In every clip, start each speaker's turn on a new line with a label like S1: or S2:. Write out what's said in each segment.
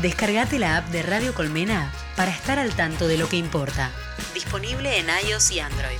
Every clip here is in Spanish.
S1: Descargate la app de Radio Colmena para estar al tanto de lo que importa. Disponible en iOS y Android.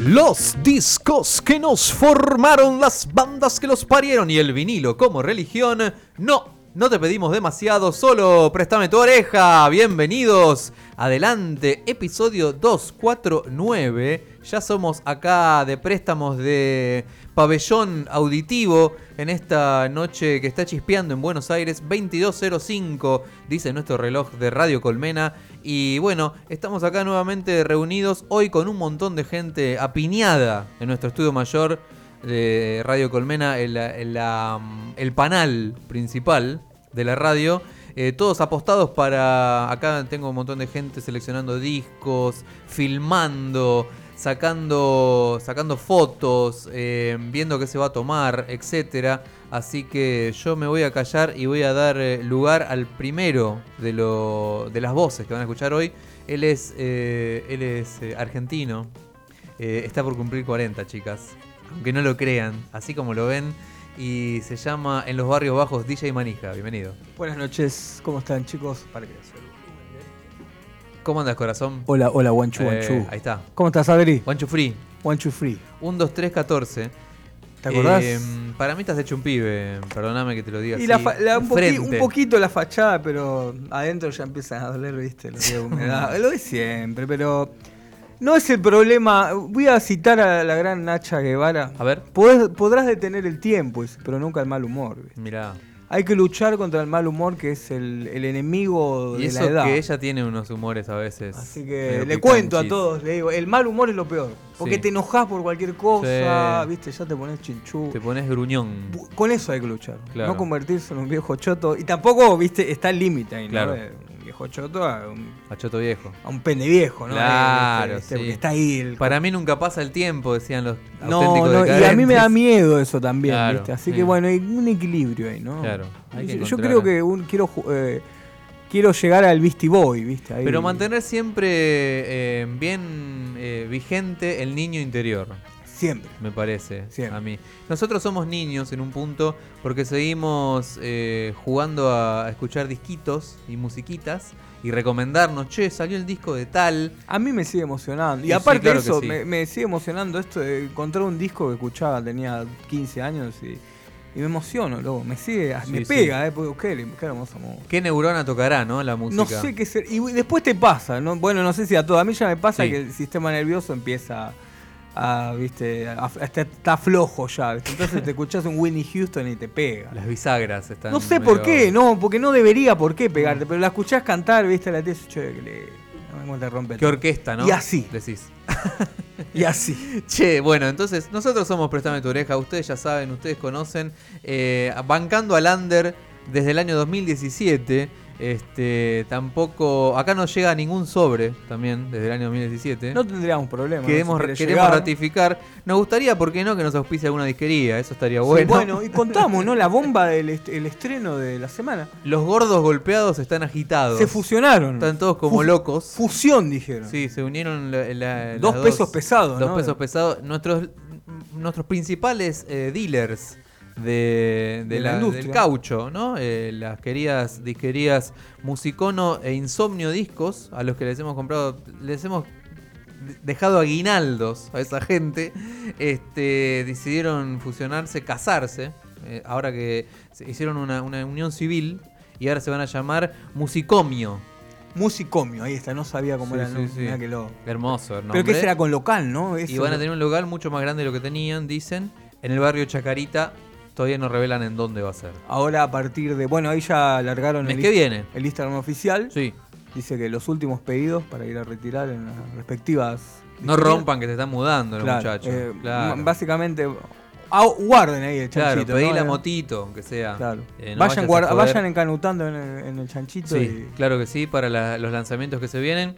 S2: Los discos que nos formaron, las bandas que los parieron y el vinilo como religión. No, no te pedimos demasiado, solo préstame tu oreja. Bienvenidos. Adelante, episodio 249. Ya somos acá de préstamos de pabellón auditivo en esta noche que está chispeando en Buenos Aires, 22.05, dice nuestro reloj de Radio Colmena. Y bueno, estamos acá nuevamente reunidos hoy con un montón de gente apiñada en nuestro estudio mayor de Radio Colmena, el, el, la- el panal principal de la radio. Eh, todos apostados para. Acá tengo un montón de gente seleccionando discos, filmando, sacando, sacando fotos, eh, viendo qué se va a tomar, etc. Así que yo me voy a callar y voy a dar eh, lugar al primero de, lo- de las voces que van a escuchar hoy. Él es, eh, él es eh, argentino. Eh, está por cumplir 40, chicas. Aunque no lo crean, así como lo ven. Y se llama En los Barrios Bajos DJ Manija. Bienvenido.
S3: Buenas noches, ¿cómo están chicos? Para que
S2: ¿Cómo andas, corazón?
S3: Hola, hola, Wanchu, Wanchu.
S2: Eh, ahí está.
S3: ¿Cómo estás, Adri?
S2: Wanchu Free.
S3: Wanchu Free.
S2: 1, 2, 3, 14.
S3: ¿Te acordás?
S2: Em, para mí estás hecho un pibe. Perdóname que te lo diga
S3: y
S2: así.
S3: la fa- la- un, poqui-
S2: Frente.
S3: un poquito la fachada, pero adentro ya empiezan a doler, ¿viste? Lo, de humedad. Lo de siempre, pero no es el problema. Voy a citar a la gran Nacha Guevara.
S2: A ver.
S3: Podés- podrás detener el tiempo, dice, pero nunca el mal humor. ¿viste?
S2: Mirá.
S3: Hay que luchar contra el mal humor, que es el, el enemigo
S2: Y
S3: de
S2: eso
S3: la edad.
S2: que ella tiene unos humores a veces.
S3: Así
S2: medio
S3: que le
S2: picanchis.
S3: cuento a todos, le digo, el mal humor es lo peor. Porque
S2: Sí.
S3: te enojás por cualquier cosa,
S2: Sí.
S3: viste, ya te pones chinchú.
S2: Te pones gruñón.
S3: Bu- Con eso hay que luchar.
S2: Claro.
S3: No convertirse en un viejo choto. Y tampoco, viste, está el límite ahí, ¿no?
S2: Claro.
S3: De Un viejo choto a un,
S2: Achoto viejo.
S3: a un pende viejo, ¿no?
S2: Claro,
S3: Eh,
S2: sí.
S3: este, Porque está ahí el...
S2: Para mí nunca pasa el tiempo, decían los
S3: no,
S2: auténticos
S3: no, y a mí me da
S2: decadentes.
S3: miedo eso también,
S2: Claro,
S3: ¿viste? Así
S2: sí.
S3: que bueno, hay un equilibrio ahí, ¿no?
S2: Claro, hay que
S3: Yo, yo
S2: encontrar-
S3: creo que un, quiero, ju- eh, quiero llegar al Beastie Boy, ¿viste? Ahí.
S2: Pero mantener siempre eh, bien eh, vigente el niño interior,
S3: Siempre.
S2: me parece
S3: Siempre.
S2: a mí. Nosotros somos niños en un punto porque seguimos eh, jugando a escuchar disquitos y musiquitas y recomendarnos, che, salió el disco de tal.
S3: A mí me sigue emocionando. Y
S2: Sí,
S3: aparte
S2: sí, claro
S3: de eso,
S2: que sí.
S3: me, me sigue emocionando esto de encontrar un disco que escuchaba, tenía 15 años y, y me emociono, loco. Me sigue,
S2: Sí,
S3: me
S2: sí.
S3: pega, ¿eh? Porque qué, qué hermosa música.
S2: ¿Qué neurona tocará, no? La música.
S3: No sé qué ser. Y después te pasa, ¿no? Bueno, no sé si a toda A mí ya me pasa
S2: Sí.
S3: que el sistema nervioso empieza a, viste, a- a- está, está flojo ya. ¿viste? Entonces te escuchás un Winnie Houston y te pega.
S2: Las bisagras están.
S3: No sé por
S2: medio-
S3: qué, no, porque no debería por qué pegarte, pero la escuchás cantar, viste, la tienes, che, que le. no, cómo te rompe
S2: Qué
S3: todo.
S2: orquesta, ¿no?
S3: Y así.
S2: Decís.
S3: Y así.
S2: Che, bueno, entonces nosotros somos Prestame tu oreja, ustedes ya saben, ustedes conocen, eh, bancando al under desde el año 2017, este, tampoco, acá no llega ningún sobre también desde el año 2017.
S3: No tendríamos problema.
S2: ¿Eh? Queremos,
S3: ¿no? Si quiere
S2: queremos
S3: llegar.
S2: ratificar. Nos gustaría, ¿por qué no? Que nos auspicie alguna disquería. Eso estaría
S3: Sí,
S2: bueno.
S3: bueno, y contamos, ¿no? La bomba del est- el estreno de la semana.
S2: Los gordos golpeados están agitados.
S3: Se fusionaron.
S2: Están todos como
S3: Fu-
S2: locos.
S3: Fusión, dijeron.
S2: Sí, se unieron la- la-
S3: Dos
S2: las
S3: pesos pesados,
S2: Dos
S3: ¿no?
S2: pesos pesados. Nuestros, nuestros principales eh, dealers de, de
S3: De la
S2: la- del
S3: industria.
S2: caucho, ¿no? Eh, las queridas disquerías Musicono e Insomnio Discos, a los que les hemos comprado, les hemos de- dejado aguinaldos a esa gente, este, decidieron fusionarse, casarse, eh, ahora que se hicieron una, una unión civil y ahora se van a llamar Musicomio.
S3: Musicomio, ahí está, no sabía cómo
S2: Sí,
S3: era. ¿no?
S2: sí, sí.
S3: Mirá que lo-
S2: Hermoso, el
S3: Pero qué
S2: nombre.
S3: será con local, ¿no?
S2: Y
S3: Eso,
S2: van a
S3: ¿no?
S2: tener un lugar mucho más grande de lo que tenían, dicen. En el barrio Chacarita todavía no revelan en dónde va a ser.
S3: Ahora a partir de. Bueno, ahí ya alargaron
S2: Mes
S3: el,
S2: que
S3: inst-
S2: viene.
S3: el Instagram oficial.
S2: Sí.
S3: Dice que los últimos pedidos para ir a retirar en las respectivas.
S2: No
S3: disquerías.
S2: rompan que se están mudando los
S3: Claro,
S2: muchachos.
S3: eh,
S2: claro.
S3: Básicamente. ah, guarden ahí el
S2: Claro,
S3: chanchito.
S2: pedí
S3: ¿no?
S2: la
S3: Eh,
S2: motito, aunque sea.
S3: Claro.
S2: Eh, no
S3: vayan,
S2: vayas a
S3: guarda-
S2: joder.
S3: vayan encanutando en el, en el chanchito.
S2: Sí,
S3: y-
S2: claro que sí, para la- los lanzamientos que se vienen.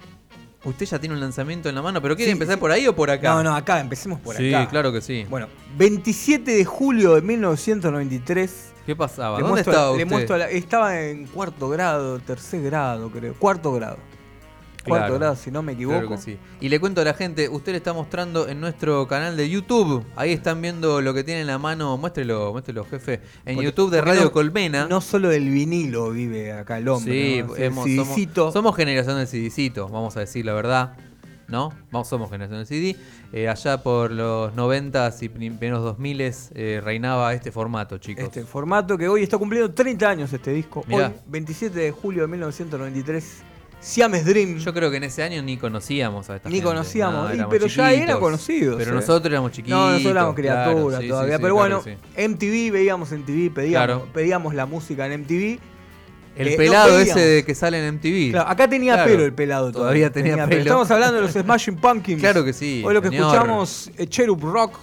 S2: Usted ya tiene un lanzamiento en la mano, pero ¿quiere
S3: Sí,
S2: empezar
S3: sí.
S2: por ahí o por acá?
S3: No, no, acá empecemos por
S2: sí,
S3: acá.
S2: claro que sí.
S3: Bueno, 27 de julio de 1993.
S2: ¿Qué pasaba?
S3: le
S2: Ah, ¿Dónde
S3: muestro-
S2: estaba
S3: le
S2: usted?
S3: muestro la- estaba en cuarto grado, tercer grado, creo. Cuarto grado. Cuarto
S2: Claro.
S3: grado, si no me equivoco.
S2: Claro que sí. Y le cuento a la gente, usted le está mostrando en nuestro canal de YouTube. Ahí están viendo lo que tiene en la mano. Muéstrelo, muéstrelo, jefe. En
S3: Porque-
S2: YouTube de
S3: porque
S2: Radio
S3: no-
S2: Colmena.
S3: No solo del vinilo vive acá el hombre.
S2: sí,
S3: ¿no?
S2: hemos-
S3: El
S2: somos,
S3: CDcito.
S2: somos generación del Cidicito, vamos a decir la verdad. ¿no? Vamos, somos generación CD. Eh, allá por los 90s y prim- primeros 2000s eh, reinaba este formato, chicos.
S3: Este formato que hoy está cumpliendo 30 años este disco.
S2: Mirá.
S3: Hoy, 27 de julio de 1993, Siam's Dream.
S2: Yo creo que en ese año ni conocíamos a esta
S3: Ni
S2: gente.
S3: conocíamos, y-
S2: éramos
S3: pero ya eran
S2: chiquitos.
S3: conocidos,
S2: Pero
S3: eh.
S2: nosotros éramos chiquitos.
S3: no, nosotros éramos
S2: claro,
S3: criaturas
S2: sí, sí,
S3: todavía.
S2: sí,
S3: pero
S2: claro
S3: bueno,
S2: que sí.
S3: MTV, veíamos MTV, pedíamos,
S2: Claro.
S3: pedíamos la música en MTV.
S2: El
S3: eh, no
S2: pelado
S3: veíamos.
S2: ese de que sale en MTV.
S3: Claro, acá tenía
S2: Claro.
S3: pelo el pelado todavía.
S2: Todavía tenía pelo.
S3: Estamos hablando de los Smashing Pumpkins.
S2: Claro que sí,
S3: Hoy lo que
S2: señor.
S3: escuchamos, eh, Cherub Rock,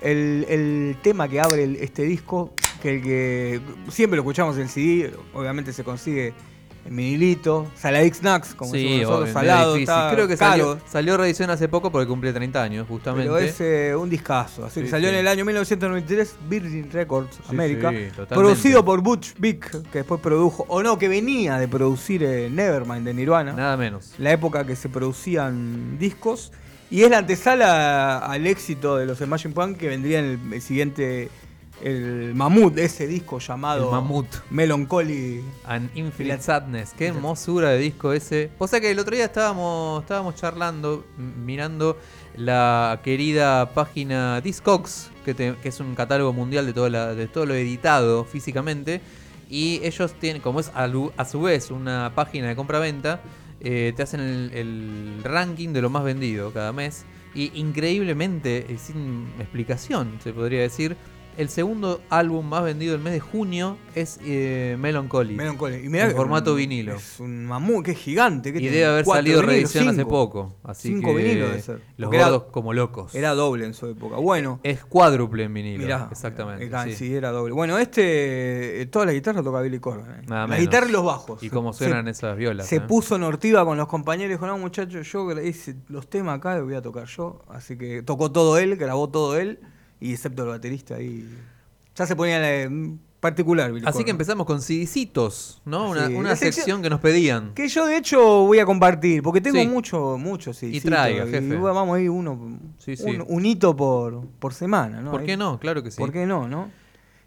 S3: el, el tema que abre el- este disco, que el que siempre lo escuchamos en CD, obviamente se consigue en vinilito, Saladix Snacks, como decimos
S2: obvio,
S3: nosotros,
S2: medio
S3: salado,
S2: difícil.
S3: está
S2: Creo que
S3: caro.
S2: salió, salió reedición hace poco porque cumple 30 años, justamente.
S3: Pero es eh, un discazo. Así que
S2: Sí,
S3: salió
S2: sí.
S3: en el año 1993 Virgin Records,
S2: Sí,
S3: América.
S2: sí, totalmente.
S3: producido por Butch Vig, que después produjo, o no, que venía de producir eh, Nevermind de Nirvana.
S2: Nada menos.
S3: La época que se producían discos. Y es la antesala al éxito de los Smashing Punk que vendría en el, el siguiente, el Mamut, ese disco llamado
S2: El Mamut.
S3: Melancholy.
S2: An Infinite
S3: La-
S2: Sadness. Qué hermosura de disco ese. O sea que el otro día estábamos, estábamos charlando, m- mirando la querida página Discogs, que, te- que es un catálogo mundial de todo, la- de todo lo editado físicamente. Y ellos tienen, como es a, lu- a su vez una página de compra-venta, eh, te hacen el, el ranking de lo más vendido cada mes. Y increíblemente, eh, sin explicación, se podría decir, el segundo álbum más vendido del mes de junio es eh, Melancholy.
S3: Melancholy. Y mirá
S2: En
S3: que-
S2: formato vinilo.
S3: Es un mamut, que es gigante. que
S2: Y
S3: tiene
S2: debe haber
S3: cuatro
S2: salido
S3: vinilos,
S2: reedición hace
S3: cinco.
S2: poco. Así
S3: Cinco
S2: que
S3: vinilos debe ser.
S2: Los
S3: Porque era-
S2: gordos como locos.
S3: Era doble en su época. Bueno,
S2: es cuádruple en vinilo.
S3: mirá.
S2: exactamente.
S3: acá,
S2: sí.
S3: sí. era doble. Bueno, este, eh, toda la guitarra toca Billy Corgan. eh.
S2: Nada
S3: la
S2: menos.
S3: guitarra y los bajos.
S2: Y cómo
S3: Se-
S2: suenan esas violas.
S3: Se
S2: eh.
S3: puso en ortiva con los compañeros y dijo, no muchachos, yo gra- hice los temas acá los voy a tocar yo. Así que tocó todo él, grabó todo él, y excepto el baterista ahí. Ya se ponía la- en particular. Billy
S2: Así que
S3: Corgan.
S2: empezamos con CDcitos, ¿no? Una,
S3: Sí,
S2: una
S3: la sección-
S2: sección, que nos pedían.
S3: Que yo de hecho voy a compartir, porque tengo
S2: Sí.
S3: mucho, mucho, sí.
S2: Y traiga, jefe.
S3: vamos a ir uno,
S2: Sí, sí.
S3: Un, un hito por, por semana, ¿no?
S2: ¿Por qué
S3: Ahí-
S2: no? Claro que sí.
S3: ¿Por qué no, no?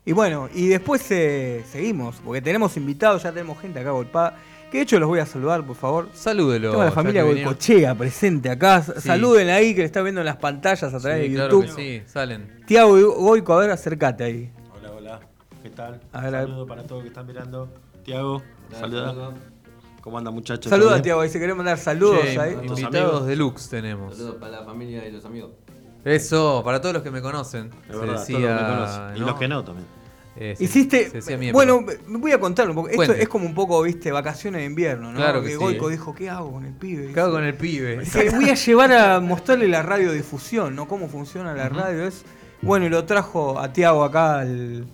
S3: Y bueno, y después eh, seguimos, porque tenemos invitados, ya tenemos gente acá golpada. Que de hecho los voy a saludar, por favor.
S2: Salúdelo.
S3: Tengo a la
S2: ya
S3: familia
S2: que vinieron.
S3: Goicochea presente acá. Saluden ahí que le está viendo en las pantallas a través
S2: Sí,
S3: eh, de
S2: claro
S3: YouTube.
S2: que sí, salen.
S3: Tiago Goico, a ver, acércate ahí.
S4: Hola, hola. ¿Qué tal?
S3: A
S4: Un
S3: ver, a ver.
S4: saludo para todos que están mirando. Tiago, saluda. ¿Cómo anda muchachos?
S3: Saluda,
S4: ¿Todo bien?
S3: Tiago, ahí se querés mandar saludos
S2: Che,
S3: ahí.
S4: Nosotros
S2: invitados
S4: amigos.
S2: deluxe tenemos.
S5: Saludos para la familia y los amigos.
S2: Eso, para todos los que me conocen. se
S4: Es verdad, todos los que
S2: decía,
S4: conocen. Y los que no también.
S2: Eh, se-
S3: Hiciste.
S2: se decía mi época.
S3: bueno, me voy a contar un poco. Esto
S2: Cuente.
S3: es como un poco, viste, vacaciones de invierno, ¿no?
S2: Claro que sí.
S3: Goico dijo, ¿qué hago con el pibe?
S2: Cago con el pibe.
S3: Dice, voy a llevar a mostrarle la radiodifusión, ¿no? Cómo funciona la radio. Es... Bueno, y lo trajo a Tiago acá al.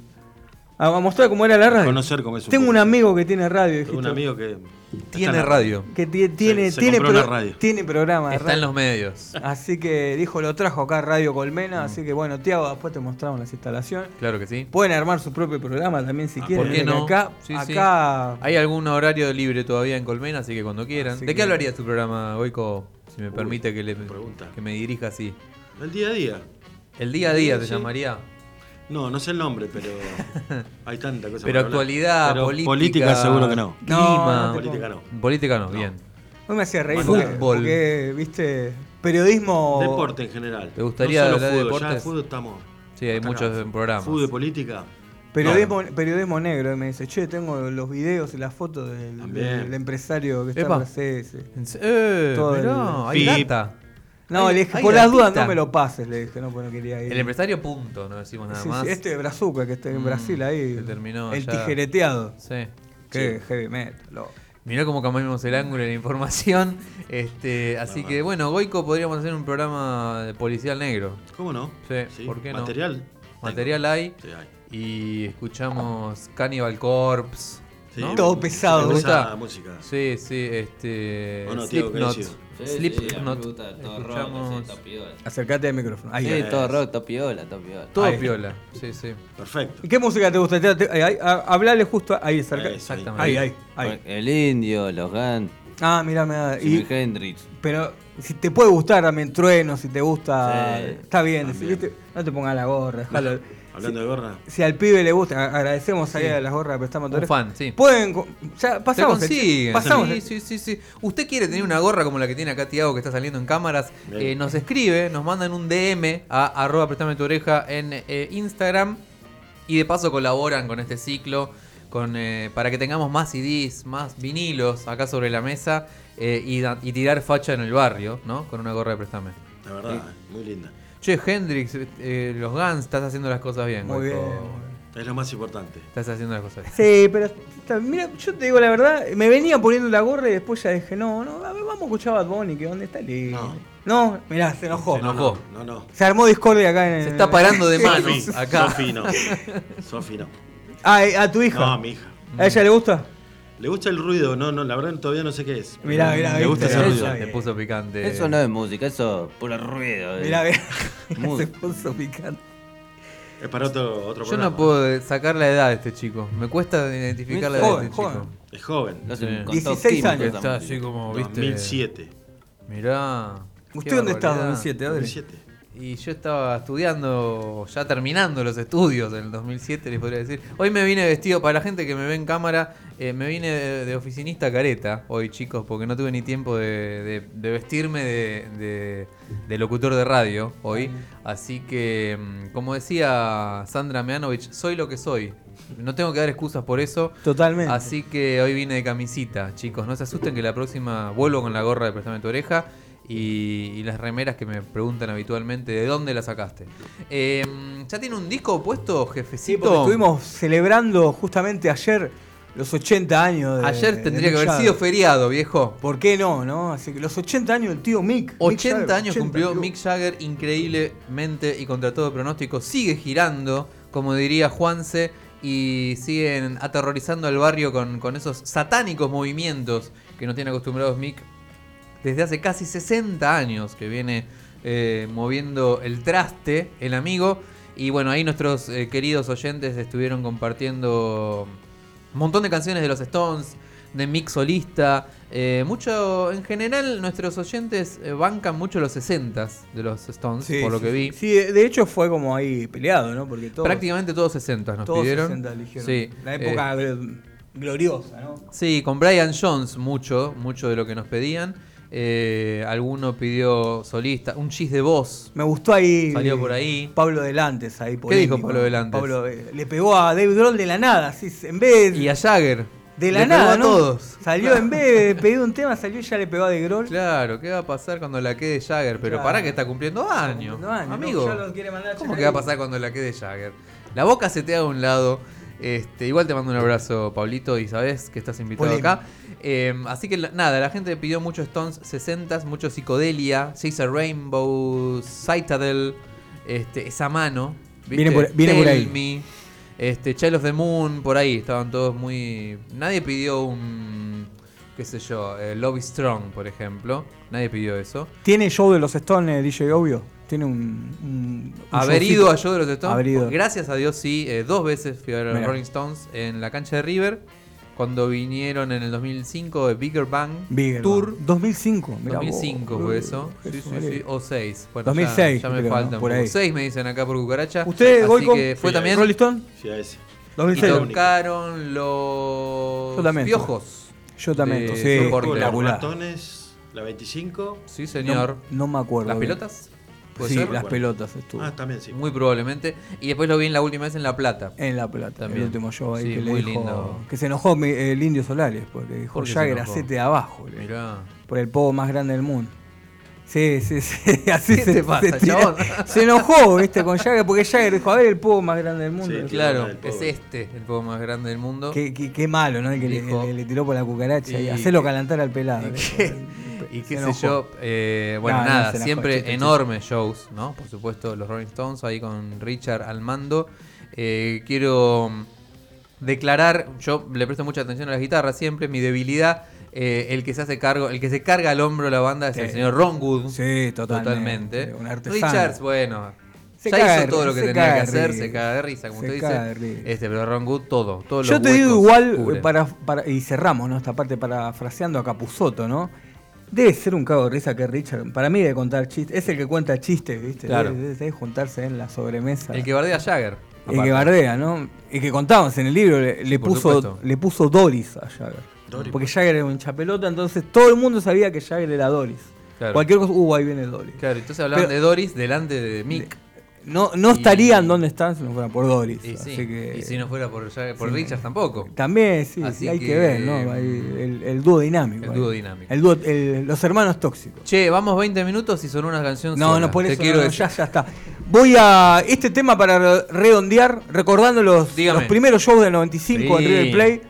S3: A a mostrar cómo era la radio.
S4: Conocer cómo es un
S3: Tengo un
S4: poco.
S3: amigo que tiene radio.
S4: Tengo un
S3: dijiste.
S4: amigo que.
S2: Tiene radio.
S3: que tie- tiene,
S4: se
S3: tiene,
S4: compró una
S3: pro-
S4: radio.
S3: tiene programa de
S2: Está en
S3: radio.
S2: los medios.
S3: Así que dijo, lo trajo acá Radio
S4: Mm.
S3: Colmena, así que bueno, Tiago, después te mostramos las instalaciones.
S2: Claro que sí.
S3: Pueden armar su propio programa también si
S4: Ah,
S3: quieren.
S2: ¿por qué
S3: porque
S2: no?
S3: Acá,
S2: Sí, sí.
S3: acá
S2: Hay algún horario libre todavía en Colmena, así que cuando quieran.
S3: Así
S2: ¿De
S3: que-
S2: qué hablaría tu programa, Goico? Si me permite que, le,
S4: pregunta.
S2: que me dirija así.
S4: El día a día.
S2: El día a día
S4: Sí,
S2: te
S4: sí.
S2: llamaría.
S4: No, no sé el nombre, pero. Hay tanta cosa.
S2: Pero
S4: para hablar.
S2: actualidad,
S4: Pero
S2: política.
S4: Política seguro que no.
S3: No,
S2: Clima.
S3: no te
S4: Política no.
S2: Política no, bien.
S3: hoy me hacía reír.
S4: Fútbol.
S3: Porque, porque, viste, periodismo...
S4: Deporte en general.
S2: ¿Te gustaría
S4: no solo
S2: hablar de
S4: fútbol, Ya
S2: deportes?
S4: fútbol estamos.
S2: Sí, hay
S4: hasta
S2: muchos
S4: acá.
S2: en programas.
S4: Fútbol, política.
S3: Periodismo, periodismo negro, y me dice, che, tengo los videos y las fotos del,
S4: También.
S3: del empresario que
S2: Epa.
S3: está en CS.
S2: En se- Eh,
S3: Todo el-
S2: mirá, hay
S4: Sí.
S2: data.
S3: No,
S2: Hay-
S3: le dije,
S2: hay
S3: por las dudas
S2: datita.
S3: no me lo pases, le dije, no, porque no quería ir.
S2: El empresario punto, no decimos nada
S3: Eh. Sí, sí,
S2: más.
S3: este de Brazuca que está en
S2: Mm,
S3: Brasil ahí.
S2: que terminó
S3: el
S2: ya.
S3: tijereteado.
S2: Sí.
S3: Qué heavy metal. loco.
S2: Mirá cómo cambiamos el ángulo de la información. Este, así que bueno, Goico podríamos hacer un programa de policial negro.
S4: ¿Cómo no?
S2: Sí, ¿por qué no?
S4: Material.
S2: Material hay
S4: Sí, hay.
S2: y escuchamos Cannibal Corpse.
S4: Sí,
S2: ¿no?
S3: Todo pesado.
S4: me gusta
S2: ¿Te
S4: la
S2: gusta?
S4: música.
S2: Sí, sí, este.
S4: ¿O no, Tiago, qué
S2: Slipknot.
S4: decís?
S5: Sí, sí, a mí me
S2: Slipknot.
S5: gusta todo rock,
S2: Escuchamos
S5: sí, todo piola.
S3: Acercate al micrófono. Ahí.
S5: Sí, todo rock, todo piola, todo piola.
S2: todo
S3: Ahí.
S2: piola. Sí, sí.
S4: Perfecto.
S3: ¿Y qué música te eh, gusta? Te- te- ahí, ahí, a- hablale justo ahí, cerca.
S4: Eso, ahí.
S2: Exactamente.
S3: Ahí, ahí, ahí.
S5: El indio, los Guns,
S3: Ah, mirá, mirá.
S5: Jimi
S3: Y,
S5: Hendrix.
S3: pero si te puede gustar también Trueno, si te gusta.
S5: Sí,
S3: está bien,
S5: también.
S3: si viste, no te pongas la gorra. déjalo.
S4: Hablando de gorra.
S3: Si al pibe le gusta, a- agradecemos ahí a las gorras que prestamos
S2: Un fan, sí.
S3: Pueden. co- Ya
S2: Se
S3: pasamos. el-
S2: consiguen.
S3: pasamos.
S2: Sí,
S3: el-
S2: sí, sí, sí. Usted quiere tener una gorra como la que tiene acá Tiago que está saliendo en cámaras. eh, nos escribe, nos mandan un DM a arroba prestame tu oreja en eh, Instagram. Y de paso colaboran con este ciclo. Con, eh, para que tengamos más CDs, más vinilos acá sobre la mesa eh, y, da- y tirar facha en el barrio, ¿no? Con una gorra de préstame.
S4: La verdad, eh, muy linda.
S2: Che, Hendrix, eh, los Guns, estás haciendo las cosas bien.
S3: Muy
S2: Goico.
S3: bien.
S4: Es lo más importante.
S2: Estás haciendo las cosas bien.
S3: Sí, pero está- mira, yo te digo la verdad, me venía poniendo la gorra y después ya dije, no, no, a ver, vamos a escuchar a Bad Bunny, que dónde está el...
S4: No.
S3: no, mirá, se enojó.
S2: Se enojó.
S4: No, no.
S3: Se armó discordia acá en el...
S2: Se está parando de manos
S4: Sofi,
S2: acá.
S4: Sofi no. Sofi no.
S3: Ah, eh, a tu hija.
S4: No, a mi hija.
S3: ¿A ella le gusta?
S4: Le gusta el ruido, no, no, la verdad todavía no sé qué es.
S3: Mirá, mirá,
S4: Le gusta
S3: viste,
S4: ese
S3: eso.
S4: ruido.
S2: Te puso picante.
S5: Eso no es música, eso es puro ruido. eh.
S3: Mirá, mirá.
S5: Muy.
S3: se puso picante.
S4: Es para otro, otro
S2: eh. Yo
S4: programa.
S2: no puedo sacar la edad de este chico. Me cuesta identificar la edad de
S3: Joven,
S2: este
S3: joven.
S2: chico.
S4: Es joven.
S5: Lo hacen con
S3: 16
S5: todos químicos,
S3: años.
S2: Que
S5: esa
S2: está
S5: música.
S2: así como, viste.
S4: 2007.
S2: Mirá. qué
S3: ¿Usted dónde está,
S2: barbaridad.
S3: 2007? Adri?
S4: 2007.
S2: Y yo estaba estudiando, ya terminando los estudios en el 2007, les podría decir. Hoy me vine vestido, para la gente que me ve en cámara, eh, me vine de, de oficinista careta hoy, chicos, porque no tuve ni tiempo de, de- de vestirme de, de- de locutor de radio hoy. Así que, mm, como decía Sandra Meanovich, soy lo que soy. No tengo que dar excusas por eso.
S3: Totalmente.
S2: Así que hoy vine de camisita, chicos. No se asusten que la próxima vuelvo con la gorra de Prestame tu oreja y, y las remeras que me preguntan habitualmente de dónde la sacaste. Eh, ¿Ya tiene un disco puesto,
S3: Sí,
S2: jefecito?
S3: porque estuvimos celebrando justamente ayer los 80 años de...
S2: Ayer
S3: de
S2: tendría que haber
S3: eh, Mick
S2: sido
S3: Jagger.
S2: feriado, viejo.
S3: ¿Por qué no, no? Así que los 80 años del tío Mick. Mick
S2: 80
S3: Jagger,
S2: años
S3: 80,
S2: cumplió
S3: digo.
S2: Mick Jagger increíblemente y contra todo pronóstico. Sigue girando, como diría Juanse, y siguen aterrorizando al barrio con, con esos satánicos movimientos que nos tiene acostumbrados Mick desde hace casi 60 años que viene eh, moviendo el traste, el amigo. Y bueno, ahí nuestros eh, queridos oyentes estuvieron compartiendo un montón de canciones de los Stones, de Mick Solista. eh, mucho, en general, nuestros oyentes eh, bancan mucho los 60s de los Stones,
S3: Sí,
S2: por lo
S3: sí,
S2: que
S3: sí.
S2: vi.
S3: Sí, de de hecho fue como ahí peleado, ¿no? Porque todos,
S2: Prácticamente todos 60 nos
S3: todos
S2: pidieron.
S3: 60 eligieron.
S2: Sí,
S3: La
S2: eh,
S3: época gl- gloriosa, ¿no?
S2: Sí, con Brian Jones mucho, mucho de lo que nos pedían. Eh, alguno pidió solista, un chis de voz.
S3: Me gustó ahí.
S2: Salió por ahí.
S3: Pablo Delantes ahí.
S2: dijo Pablo Delantes?
S3: Pablo eh, le pegó a David Grohl de la nada, sí, en vez de,
S2: Y a Jagger.
S3: de la
S2: Le pegó
S3: nada,
S2: a
S3: ¿no?
S2: todos.
S3: Salió en vez de pedir un tema, salió y ya le pegó a David Grohl.
S2: Claro, ¿qué va a pasar cuando la quede Jagger? Pero
S3: Claro.
S2: pará que está cumpliendo años.
S3: cumpliendo años,
S2: Amigo,
S3: ¿no? Ya lo quiere mandar a
S2: ¿cómo
S3: Jagger.
S2: que va a pasar cuando la quede Jagger? La boca se te da a un lado. Este, igual te mando un abrazo, Pablito, y sabes que estás invitado
S3: Polémico.
S2: acá. Eh, así que la- nada, la gente pidió mucho Stones 60, mucho psicodelia, se hizo Rainbow, Citadel, este, esa mano.
S3: Viene por- viene por
S2: Tell
S3: ahí.
S2: Me, este, Child of the Moon, por ahí, estaban todos muy. Nadie pidió un. qué sé yo, eh, Love is Strong, por ejemplo. Nadie pidió eso.
S3: ¿Tiene show de los Stones, DJ Obvio? Tiene un. un- un
S2: Haber
S3: showcito.
S2: ido a Show de los Stones.
S3: Haber ido.
S2: Gracias a Dios sí, eh, dos veces fui a ver a los
S3: Mirá.
S2: Rolling Stones en la cancha de River. Cuando vinieron en el 2005 de eh, Bigger Bang
S3: Bigger,
S2: Tour.
S3: ¿no? 2005. mirá vos.
S2: 2005 fue eso.
S3: Jesús,
S2: Sí, sí,
S3: vale.
S2: sí, O 6.
S3: 2006
S2: Ya, me
S3: creo, ¿no?
S2: faltan.
S3: Por ahí.
S2: 6 me dicen acá por cucaracha.
S3: ¿Usted,
S2: Así
S3: Goico?
S2: que fue
S4: Sí,
S2: también.
S3: ¿Rolling Stone?
S4: Sí, a ese.
S2: Y
S3: 2006.
S4: Italia.
S2: tocaron los
S3: Yo también.
S2: piojos.
S3: Yo también.
S2: de
S3: sí,
S2: soporte.
S4: Con los
S3: espectacular.
S4: ratones, la 25.
S2: Sí,
S3: No,
S2: señor.
S3: no me acuerdo.
S2: ¿Las
S3: bien.
S2: pelotas? ¿Puede
S3: Sí,
S2: ser?
S3: las pelotas estuvo.
S4: Ah, también sí.
S2: Muy probablemente. Y después lo vi en la última vez en La Plata.
S3: En La Plata,
S2: También.
S3: el último show ahí
S2: Sí,
S3: que le
S2: muy
S3: dijo.
S2: lindo.
S3: Que se enojó mi- el indio Solares, pues, porque dijo
S2: ¿Por qué se
S3: Jagger
S2: enojó?
S3: hacete de abajo, le-
S2: Mirá.
S3: por el povo más grande del mundo. Sí, sí, sí. Así
S2: ¿Qué
S3: se,
S2: te pasa,
S3: se tira-
S2: chabón?
S3: se enojó, viste, con Jagger, porque Jagger dijo, a ver, el povo más grande del mundo.
S4: Sí,
S2: Claro,
S4: El
S2: es
S4: pobre.
S2: este el poco más grande del mundo.
S3: Qué, qué- qué malo, ¿no? El que le,
S2: Dijo-
S3: le- le tiró por la cucaracha y,
S2: Y-
S3: hacerlo calentar al pelado. le-
S2: Y
S3: Se
S2: qué sé
S3: enojó.
S2: yo, eh, bueno,
S3: No, no,
S2: nada,
S3: se enojó,
S2: siempre
S3: chiste,
S2: enormes shows, ¿no? Por supuesto, los Rolling Stones ahí con Richard al mando. Eh, quiero mm, declarar, yo le presto mucha atención a las guitarras siempre, mi debilidad, eh, el que se hace cargo, el que se carga al hombro la banda es el
S3: Sí.
S2: señor Ron Wood.
S3: Sí, totalmente.
S2: totalmente.
S3: Un artesano.
S2: Richards, bueno,
S3: Se
S2: ya
S3: caga
S2: hizo
S3: de
S2: todo
S3: risa,
S2: lo que
S3: se
S2: tenía
S3: caga
S2: que
S3: de
S2: hacer,
S3: risa.
S2: se caga de risa, como
S3: Se
S2: usted
S3: caga de
S2: dice.
S3: risa.
S2: Este, pero Ron Good todo, todos
S3: Yo
S2: los
S3: te digo
S2: huecos
S3: igual,
S2: cubre.
S3: eh, para, para- y cerramos ¿no? esta parte parafraseando a Capuzoto, ¿no? Debe ser un cago de risa que Richard, para mí debe contar chistes, es el que cuenta chistes, ¿viste?
S2: Claro.
S3: Debe, debe- debe juntarse en la sobremesa.
S2: El que bardea a Jagger.
S3: El que bardea, ¿no? El que contábamos en el libro, le, le
S2: por
S3: puso,
S2: supuesto.
S3: le puso Doris a Jagger.
S4: Doris.
S3: Porque Jagger era un chapelota, entonces todo el mundo sabía que Jagger era Doris.
S2: Claro.
S3: Cualquier cosa, uh, ahí viene Doris.
S2: Claro, entonces hablaban
S3: Pero-
S2: de Doris delante de Mick.
S3: No, no
S2: Y-
S3: estarían donde están si no fuera por Doris.
S2: y, sí.
S3: así que-
S2: Y si no fuera por, Jagger- por
S3: sí.
S2: Richards tampoco.
S3: También, sí,
S2: Así
S3: sí, hay que,
S2: que, mm,
S3: ver, ¿no? Hay el, el dúo dinámico.
S2: el
S3: ahí.
S2: dúo dinámico.
S3: El dúo- el- los hermanos tóxicos.
S2: Che, vamos 20 minutos y son una canción
S3: No,
S2: sola.
S3: no, por
S2: Te
S3: eso
S2: quiero
S3: no, no,
S2: decir.
S3: ya, ya está. Voy a este tema para re- redondear, recordando los,
S2: Dígame.
S3: los primeros shows del 95
S2: Sí.
S3: en River Play.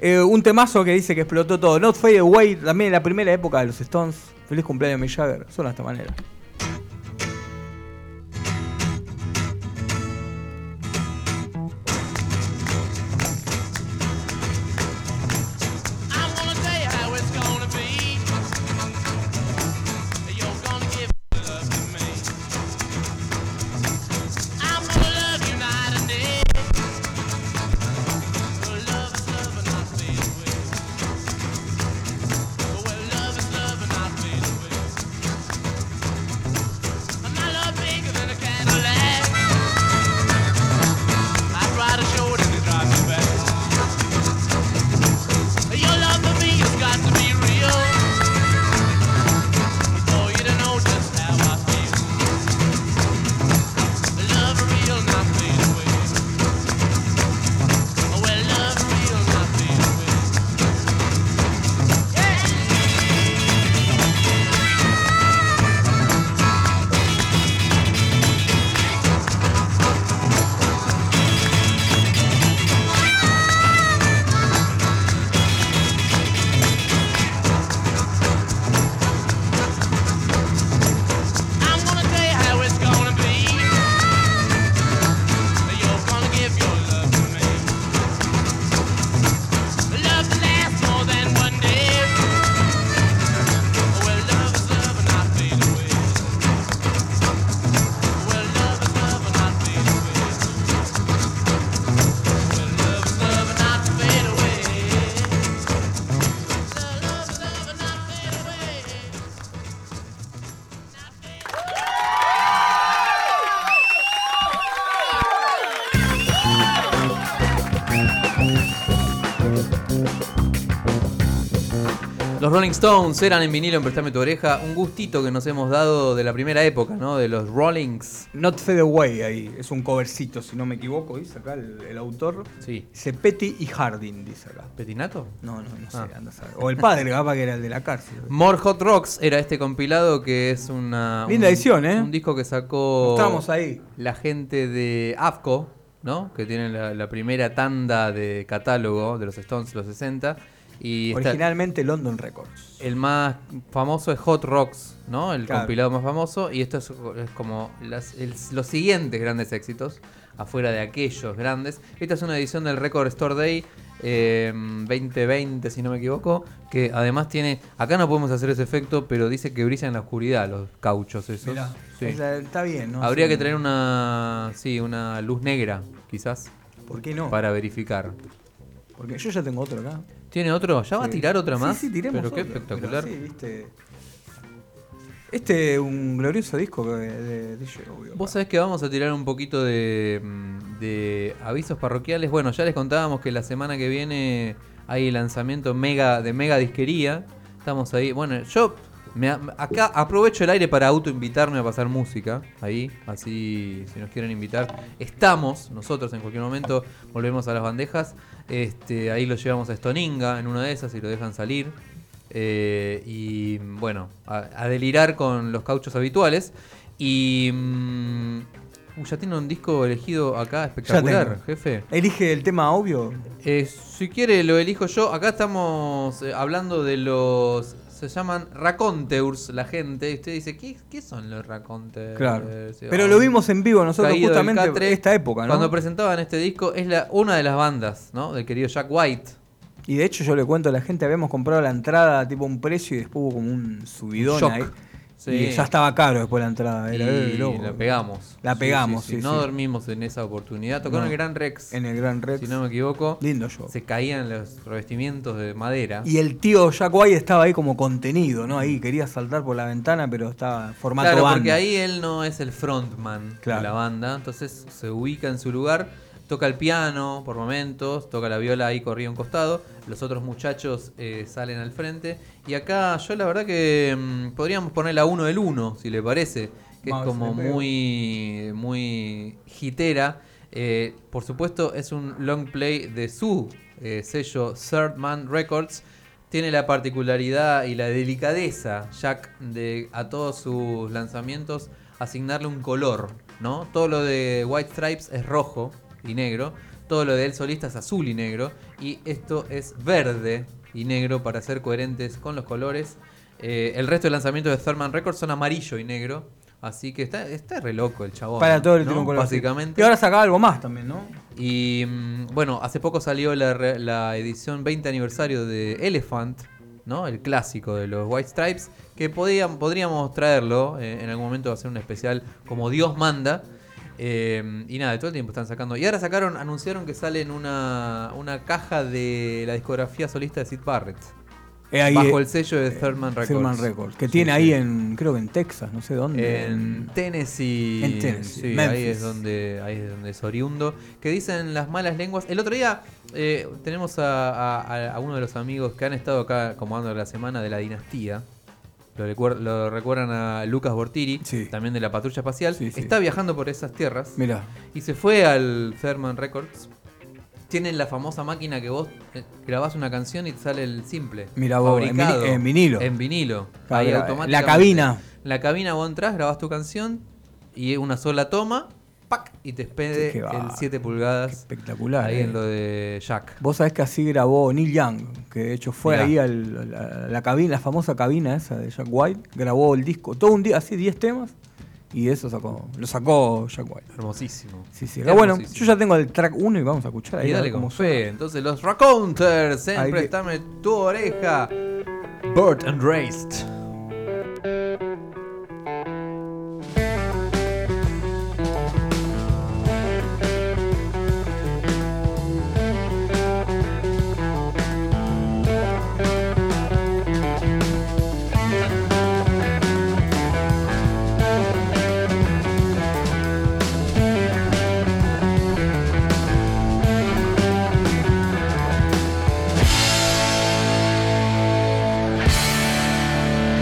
S3: Eh, un temazo que dice que explotó todo. Not Fade Away, también la primera época de los Stones. Feliz cumpleaños, Mick Jagger. Son de esta manera.
S6: I'm gonna tell you how it's gonna be. You're gonna give love to me. I'm gonna love you night and day. Well, love is love and I fade away. Well, love is love and I fade away. And my love bigger than a Cadillac. I'd ride it short and it drives me back. Your love for me has got to be real. Oh, you don't know just how I feel. Love real, not fade away. Oh, well, love real, not fade away. I'm gonna tell you how it's gonna be. You're gonna give your love to me. Love lasts more than one day. Well, love is love and not fade away. Well, love is love and not fade away. Well, love is love and not fade away. Love is love and not fade away.
S2: Los Rolling Stones eran en vinilo en Prestame tu oreja. Un gustito que nos hemos dado de la primera época, ¿no? De los Rollings.
S3: Not Fade Away ahí. Es un covercito, si no me equivoco, dice acá el, el autor.
S2: Sí.
S3: Cepetti y Harding, dice acá.
S2: ¿Petinato?
S3: No, no, no sé,
S2: Ah.
S3: anda a saber. O el padre, capaz que era el de la cárcel.
S2: More Hot Rocks era este compilado que es una.
S3: Linda
S2: un-
S3: edición, ¿eh?
S2: Un disco que sacó.
S3: Estábamos ahí.
S2: La gente de AFCO, ¿no? Que tiene la, la primera tanda de catálogo de los Stones, los 60. Y está-
S3: Originalmente London Records.
S2: el más famoso es Hot Rocks, ¿no? El
S3: Claro.
S2: compilado más famoso. Y esto es, es como las- el- los siguientes grandes éxitos, afuera de aquellos grandes. Esta es una edición del Record Store Day eh, 2020, si no me equivoco, que además tiene... Acá no podemos hacer ese efecto, pero dice que brilla en la oscuridad los cauchos esos. Sí.
S3: Es la- Está bien, ¿no?
S2: Habría
S3: Sí.
S2: que traer una, sí, una luz negra, quizás,
S3: ¿Por qué no?
S2: para verificar.
S3: Porque yo ya tengo otro acá.
S2: ¿Tiene otro? ¿Ya va a
S3: Sí.
S2: tirar otra
S3: Sí,
S2: más?
S3: Sí, tiremos
S2: Pero qué
S3: otro.
S2: espectacular.
S3: Pero sí, viste. Este es un glorioso disco que- de DJ Obvio.
S2: Vos sabés que vamos a tirar un poquito de, mm, de avisos parroquiales. Bueno, ya les contábamos que la semana que viene hay lanzamiento mega de mega disquería. Estamos ahí. Bueno, yo me- acá aprovecho el aire para autoinvitarme a pasar música. Ahí, así si nos quieren invitar. Estamos, nosotros en cualquier momento volvemos a las bandejas. Este, ahí lo llevamos a Stoninga en una de esas y lo dejan salir. Eh, y bueno, a, a delirar con los cauchos habituales. Y. mm, uh, ya tiene un disco elegido acá espectacular,
S3: tengo.
S2: jefe.
S3: Elige el tema obvio.
S2: Eh, si quiere, lo elijo yo. Acá estamos eh, hablando de los. Se llaman raconteurs la gente. Y usted dice, ¿qué, qué son los raconteurs?
S3: Claro.
S2: Sí,
S3: Pero
S2: ah,
S3: lo vimos en vivo nosotros
S2: Caído del
S3: justamente
S2: Catre.
S3: esta época, ¿no?
S2: Cuando presentaban este disco, es la, una de las bandas, ¿no? Del querido Jack White.
S3: Y de hecho yo le cuento a la gente, habíamos comprado la entrada tipo un precio y después hubo como un subidón
S2: Shock.
S3: ahí.
S2: Sí.
S3: Y ya estaba caro después la entrada.
S2: Y
S3: Era, eh, loco.
S2: la pegamos.
S3: La
S2: Sí,
S3: pegamos,
S2: sí, sí.
S3: sí,
S2: no
S3: sí.
S2: dormimos en esa oportunidad. Tocó en
S3: No.
S2: el Gran Rex,
S3: En el Gran Rex.
S2: si no me equivoco.
S3: Lindo show.
S2: Se caían los revestimientos de madera.
S3: Y el tío Jack White estaba ahí como contenido, ¿no? Ahí quería saltar por la ventana, pero estaba formato
S2: Mm. claro,
S3: banda.
S2: porque ahí él no es el frontman
S3: Claro.
S2: de la banda, entonces se ubica en su lugar, toca el piano por momentos, toca la viola ahí corría a un costado, los otros muchachos eh, salen al frente y acá yo la verdad que mm, podríamos poner la uno del uno, si le parece, que
S3: Vamos,
S2: es como
S3: le pego.
S2: muy muy hitera. Eh, por supuesto es un long play de su eh, sello Third Man Records. Tiene la particularidad y la delicadeza, Jack, de a todos sus lanzamientos asignarle un color, ¿no? Todo lo de White Stripes es rojo y negro, todo lo de El Solista es azul y negro, y esto es verde y negro para ser coherentes con los colores. Eh, el resto de lanzamientos de Thurman Records son amarillo y negro, así que está, está re loco el chabón.
S3: Para todo el
S2: ¿no?
S3: tiempo con los-
S2: Básicamente.
S3: Y ahora sacaba algo más también, ¿no?
S2: Y mm, bueno, hace poco salió la, re- la edición 20 aniversario de Elephant, ¿no? El clásico de los White Stripes, que podían, podríamos traerlo eh, en algún momento, hacer un especial como Dios manda. Eh, y nada, todo el tiempo están sacando. Y ahora sacaron, anunciaron que salen una, una caja de la discografía solista de Sid Barrett.
S3: Eh, ahí,
S2: bajo
S3: eh,
S2: el sello de Thurman Records.
S3: Sherman Records, que
S2: Sí,
S3: tiene
S2: sí.
S3: ahí en, creo que en Texas, no sé dónde.
S2: En Tennessee.
S3: Mm. En Tennessee,
S2: Sí, ahí
S3: Memphis.
S2: es, donde, ahí es donde es oriundo. Que dicen las malas lenguas. El otro día eh, tenemos a, a- a uno de los amigos que han estado acá comando la semana de la dinastía. Lo, recuer- lo recuerdan a Lucas Bortiri,
S3: Sí.
S2: también de la patrulla espacial.
S3: Sí, sí.
S2: Está viajando por esas tierras
S3: Mira,
S2: y se fue al Thurman Records. Tienen la famosa máquina que vos eh, grabás una canción y te sale el simple.
S3: Mirá vos, en
S2: fabricado
S3: vini- en vinilo.
S2: En vinilo.
S3: Ah,
S2: Ahí
S3: la-
S2: automáticamente.
S3: la cabina.
S2: La cabina vos entras, grabás tu canción y es una sola toma, ¡pac! Y te expede
S3: Qué
S2: el
S3: bárbaro,
S2: 7 pulgadas
S3: espectacular.
S2: ahí
S3: eh.
S2: en lo de Jack.
S3: Vos sabés que así grabó Neil Young, que de hecho fue
S2: Mirá.
S3: ahí al- a la, a la cabina, la famosa cabina esa de Jack White, grabó el disco, todo un día, así 10 temas, y de eso sacó, lo sacó Jack White.
S2: Hermosísimo.
S3: Sí, sí.
S2: Qué
S3: Pero bueno,
S2: hermosísimo.
S3: yo ya tengo el track 1 y vamos a escuchar ahí.
S2: Y
S3: a ver
S2: dale
S3: cómo
S2: con
S3: suena.
S2: fe. Entonces, los Raconters, en
S3: Ahí que-
S2: Préstame tu oreja. Bird and Raised.
S6: I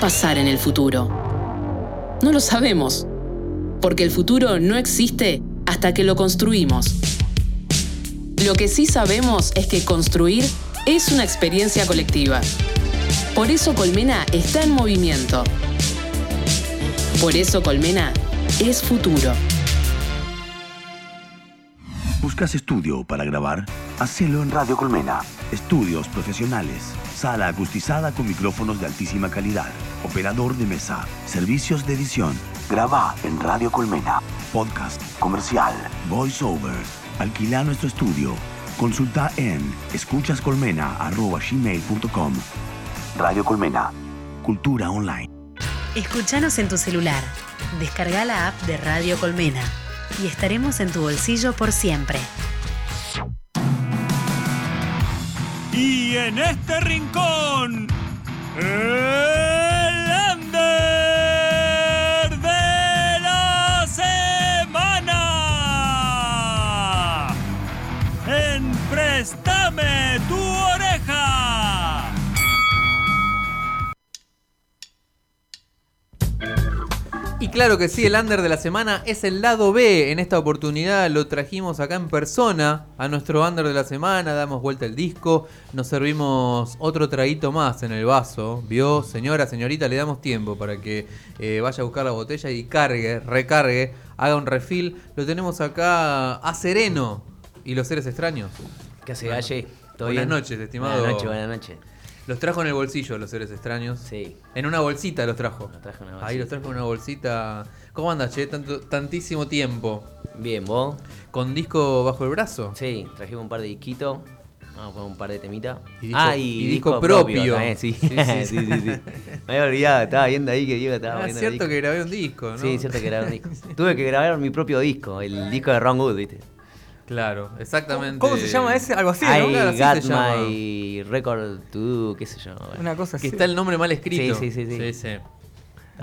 S7: pasar en el futuro? No lo sabemos, porque el futuro no existe hasta que lo construimos. Lo que sí sabemos es que construir es una experiencia colectiva. Por eso Colmena está en movimiento. Por eso Colmena es futuro.
S8: ¿Buscas estudio para grabar? Hacelo en Radio Colmena. Estudios profesionales. Sala acustizada con micrófonos de altísima calidad. Operador de mesa. Servicios de edición. Graba en Radio Colmena. Podcast. Comercial. Voiceover. Alquila nuestro estudio. Consulta en escuchascolmena.gmail.com Radio Colmena. Cultura online.
S1: Escúchanos en tu celular. Descarga la app de Radio Colmena y estaremos en tu bolsillo por siempre.
S9: Y en este rincón, el Ander de la semana. En Préstame tu oreja.
S2: Y claro que sí, el under de la semana es el lado B. En esta oportunidad lo trajimos acá en persona a nuestro under de la semana, damos vuelta el disco, nos servimos otro traguito más en el vaso. Vio, señora, señorita, le damos tiempo para que eh, vaya a buscar la botella y cargue, recargue, haga un refill. Lo tenemos acá a Sereno y los seres extraños.
S10: ¿Qué hace, Galle? ¿Todo
S2: Buenas
S10: bien?
S2: noches, estimado.
S10: Buenas noches, buenas noches.
S2: Los trajo en el bolsillo los seres extraños.
S10: Sí.
S2: En una bolsita los trajo.
S10: trajo en una
S2: Ahí los trajo en una bolsita. ¿Cómo andas, che? Tanto, tantísimo tiempo.
S10: Bien, ¿vos?
S2: ¿Con disco bajo el brazo?
S10: Sí, trajimos un par de disquitos. Vamos a poner un par de temitas. Ah,
S2: Y disco- y disco propio.
S10: también, sí.
S2: Sí,
S10: Sí,
S2: sí.
S10: sí, sí, Me había olvidado, estaba viendo ahí que Diego estaba
S2: Ah, es
S10: poniendo
S2: cierto
S10: el
S2: que
S10: disco.
S2: grabé un disco, ¿no?
S10: Sí, es cierto que grabé un disco. Tuve que grabar mi propio disco, el disco de Ron Wood, ¿viste?
S2: Claro, exactamente.
S3: ¿Cómo se llama ese? Algo así, ¿no?
S10: I
S2: claro, así
S10: got
S2: se llama.
S10: my record to do, qué sé yo. bueno.
S3: Una cosa así.
S2: Que está el nombre mal escrito.
S10: Sí, sí, sí, sí.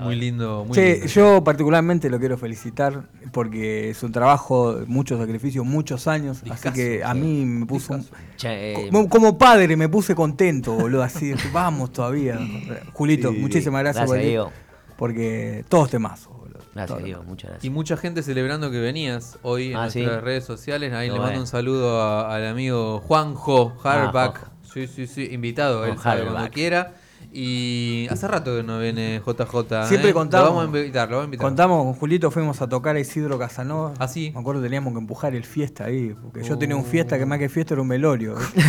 S2: Muy lindo, muy
S3: Che,
S2: lindo.
S3: yo particularmente lo quiero felicitar porque es un trabajo, mucho sacrificio, muchos años,
S2: Discazo,
S3: así que a
S2: sí.
S3: mí me puso... un-
S10: Che, eh,
S3: Como, como padre me puse contento, boludo, así, vamos todavía. Julito, muchísimas gracias,
S10: Gracias,
S3: por el-
S10: Diego.
S3: porque todos temazos, boludo.
S10: Gracias,
S3: Todos
S10: Diego,
S2: Y
S10: muchas gracias.
S2: mucha gente celebrando que venías hoy en
S10: Ah, sí.
S2: nuestras redes sociales. Ahí
S10: Qué
S2: le mando
S10: bueno.
S2: un saludo a- al amigo Juanjo Harback.
S10: Ah,
S2: sí, sí, sí, invitado,
S10: Oh,
S2: él sabe
S10: Harback.
S2: cuando quiera. Y hace rato que no viene JJ.
S3: Siempre
S2: ¿eh?
S3: contamos.
S2: Lo vamos a invitar, lo vamos a invitar.
S3: Contamos con Julito, fuimos a tocar a Isidro Casanova.
S2: Ah, sí.
S3: Me acuerdo que teníamos que empujar el fiesta ahí, porque yo tenía un
S2: Oh.
S3: fiesta que más que fiesta era un velorio. ¿viste?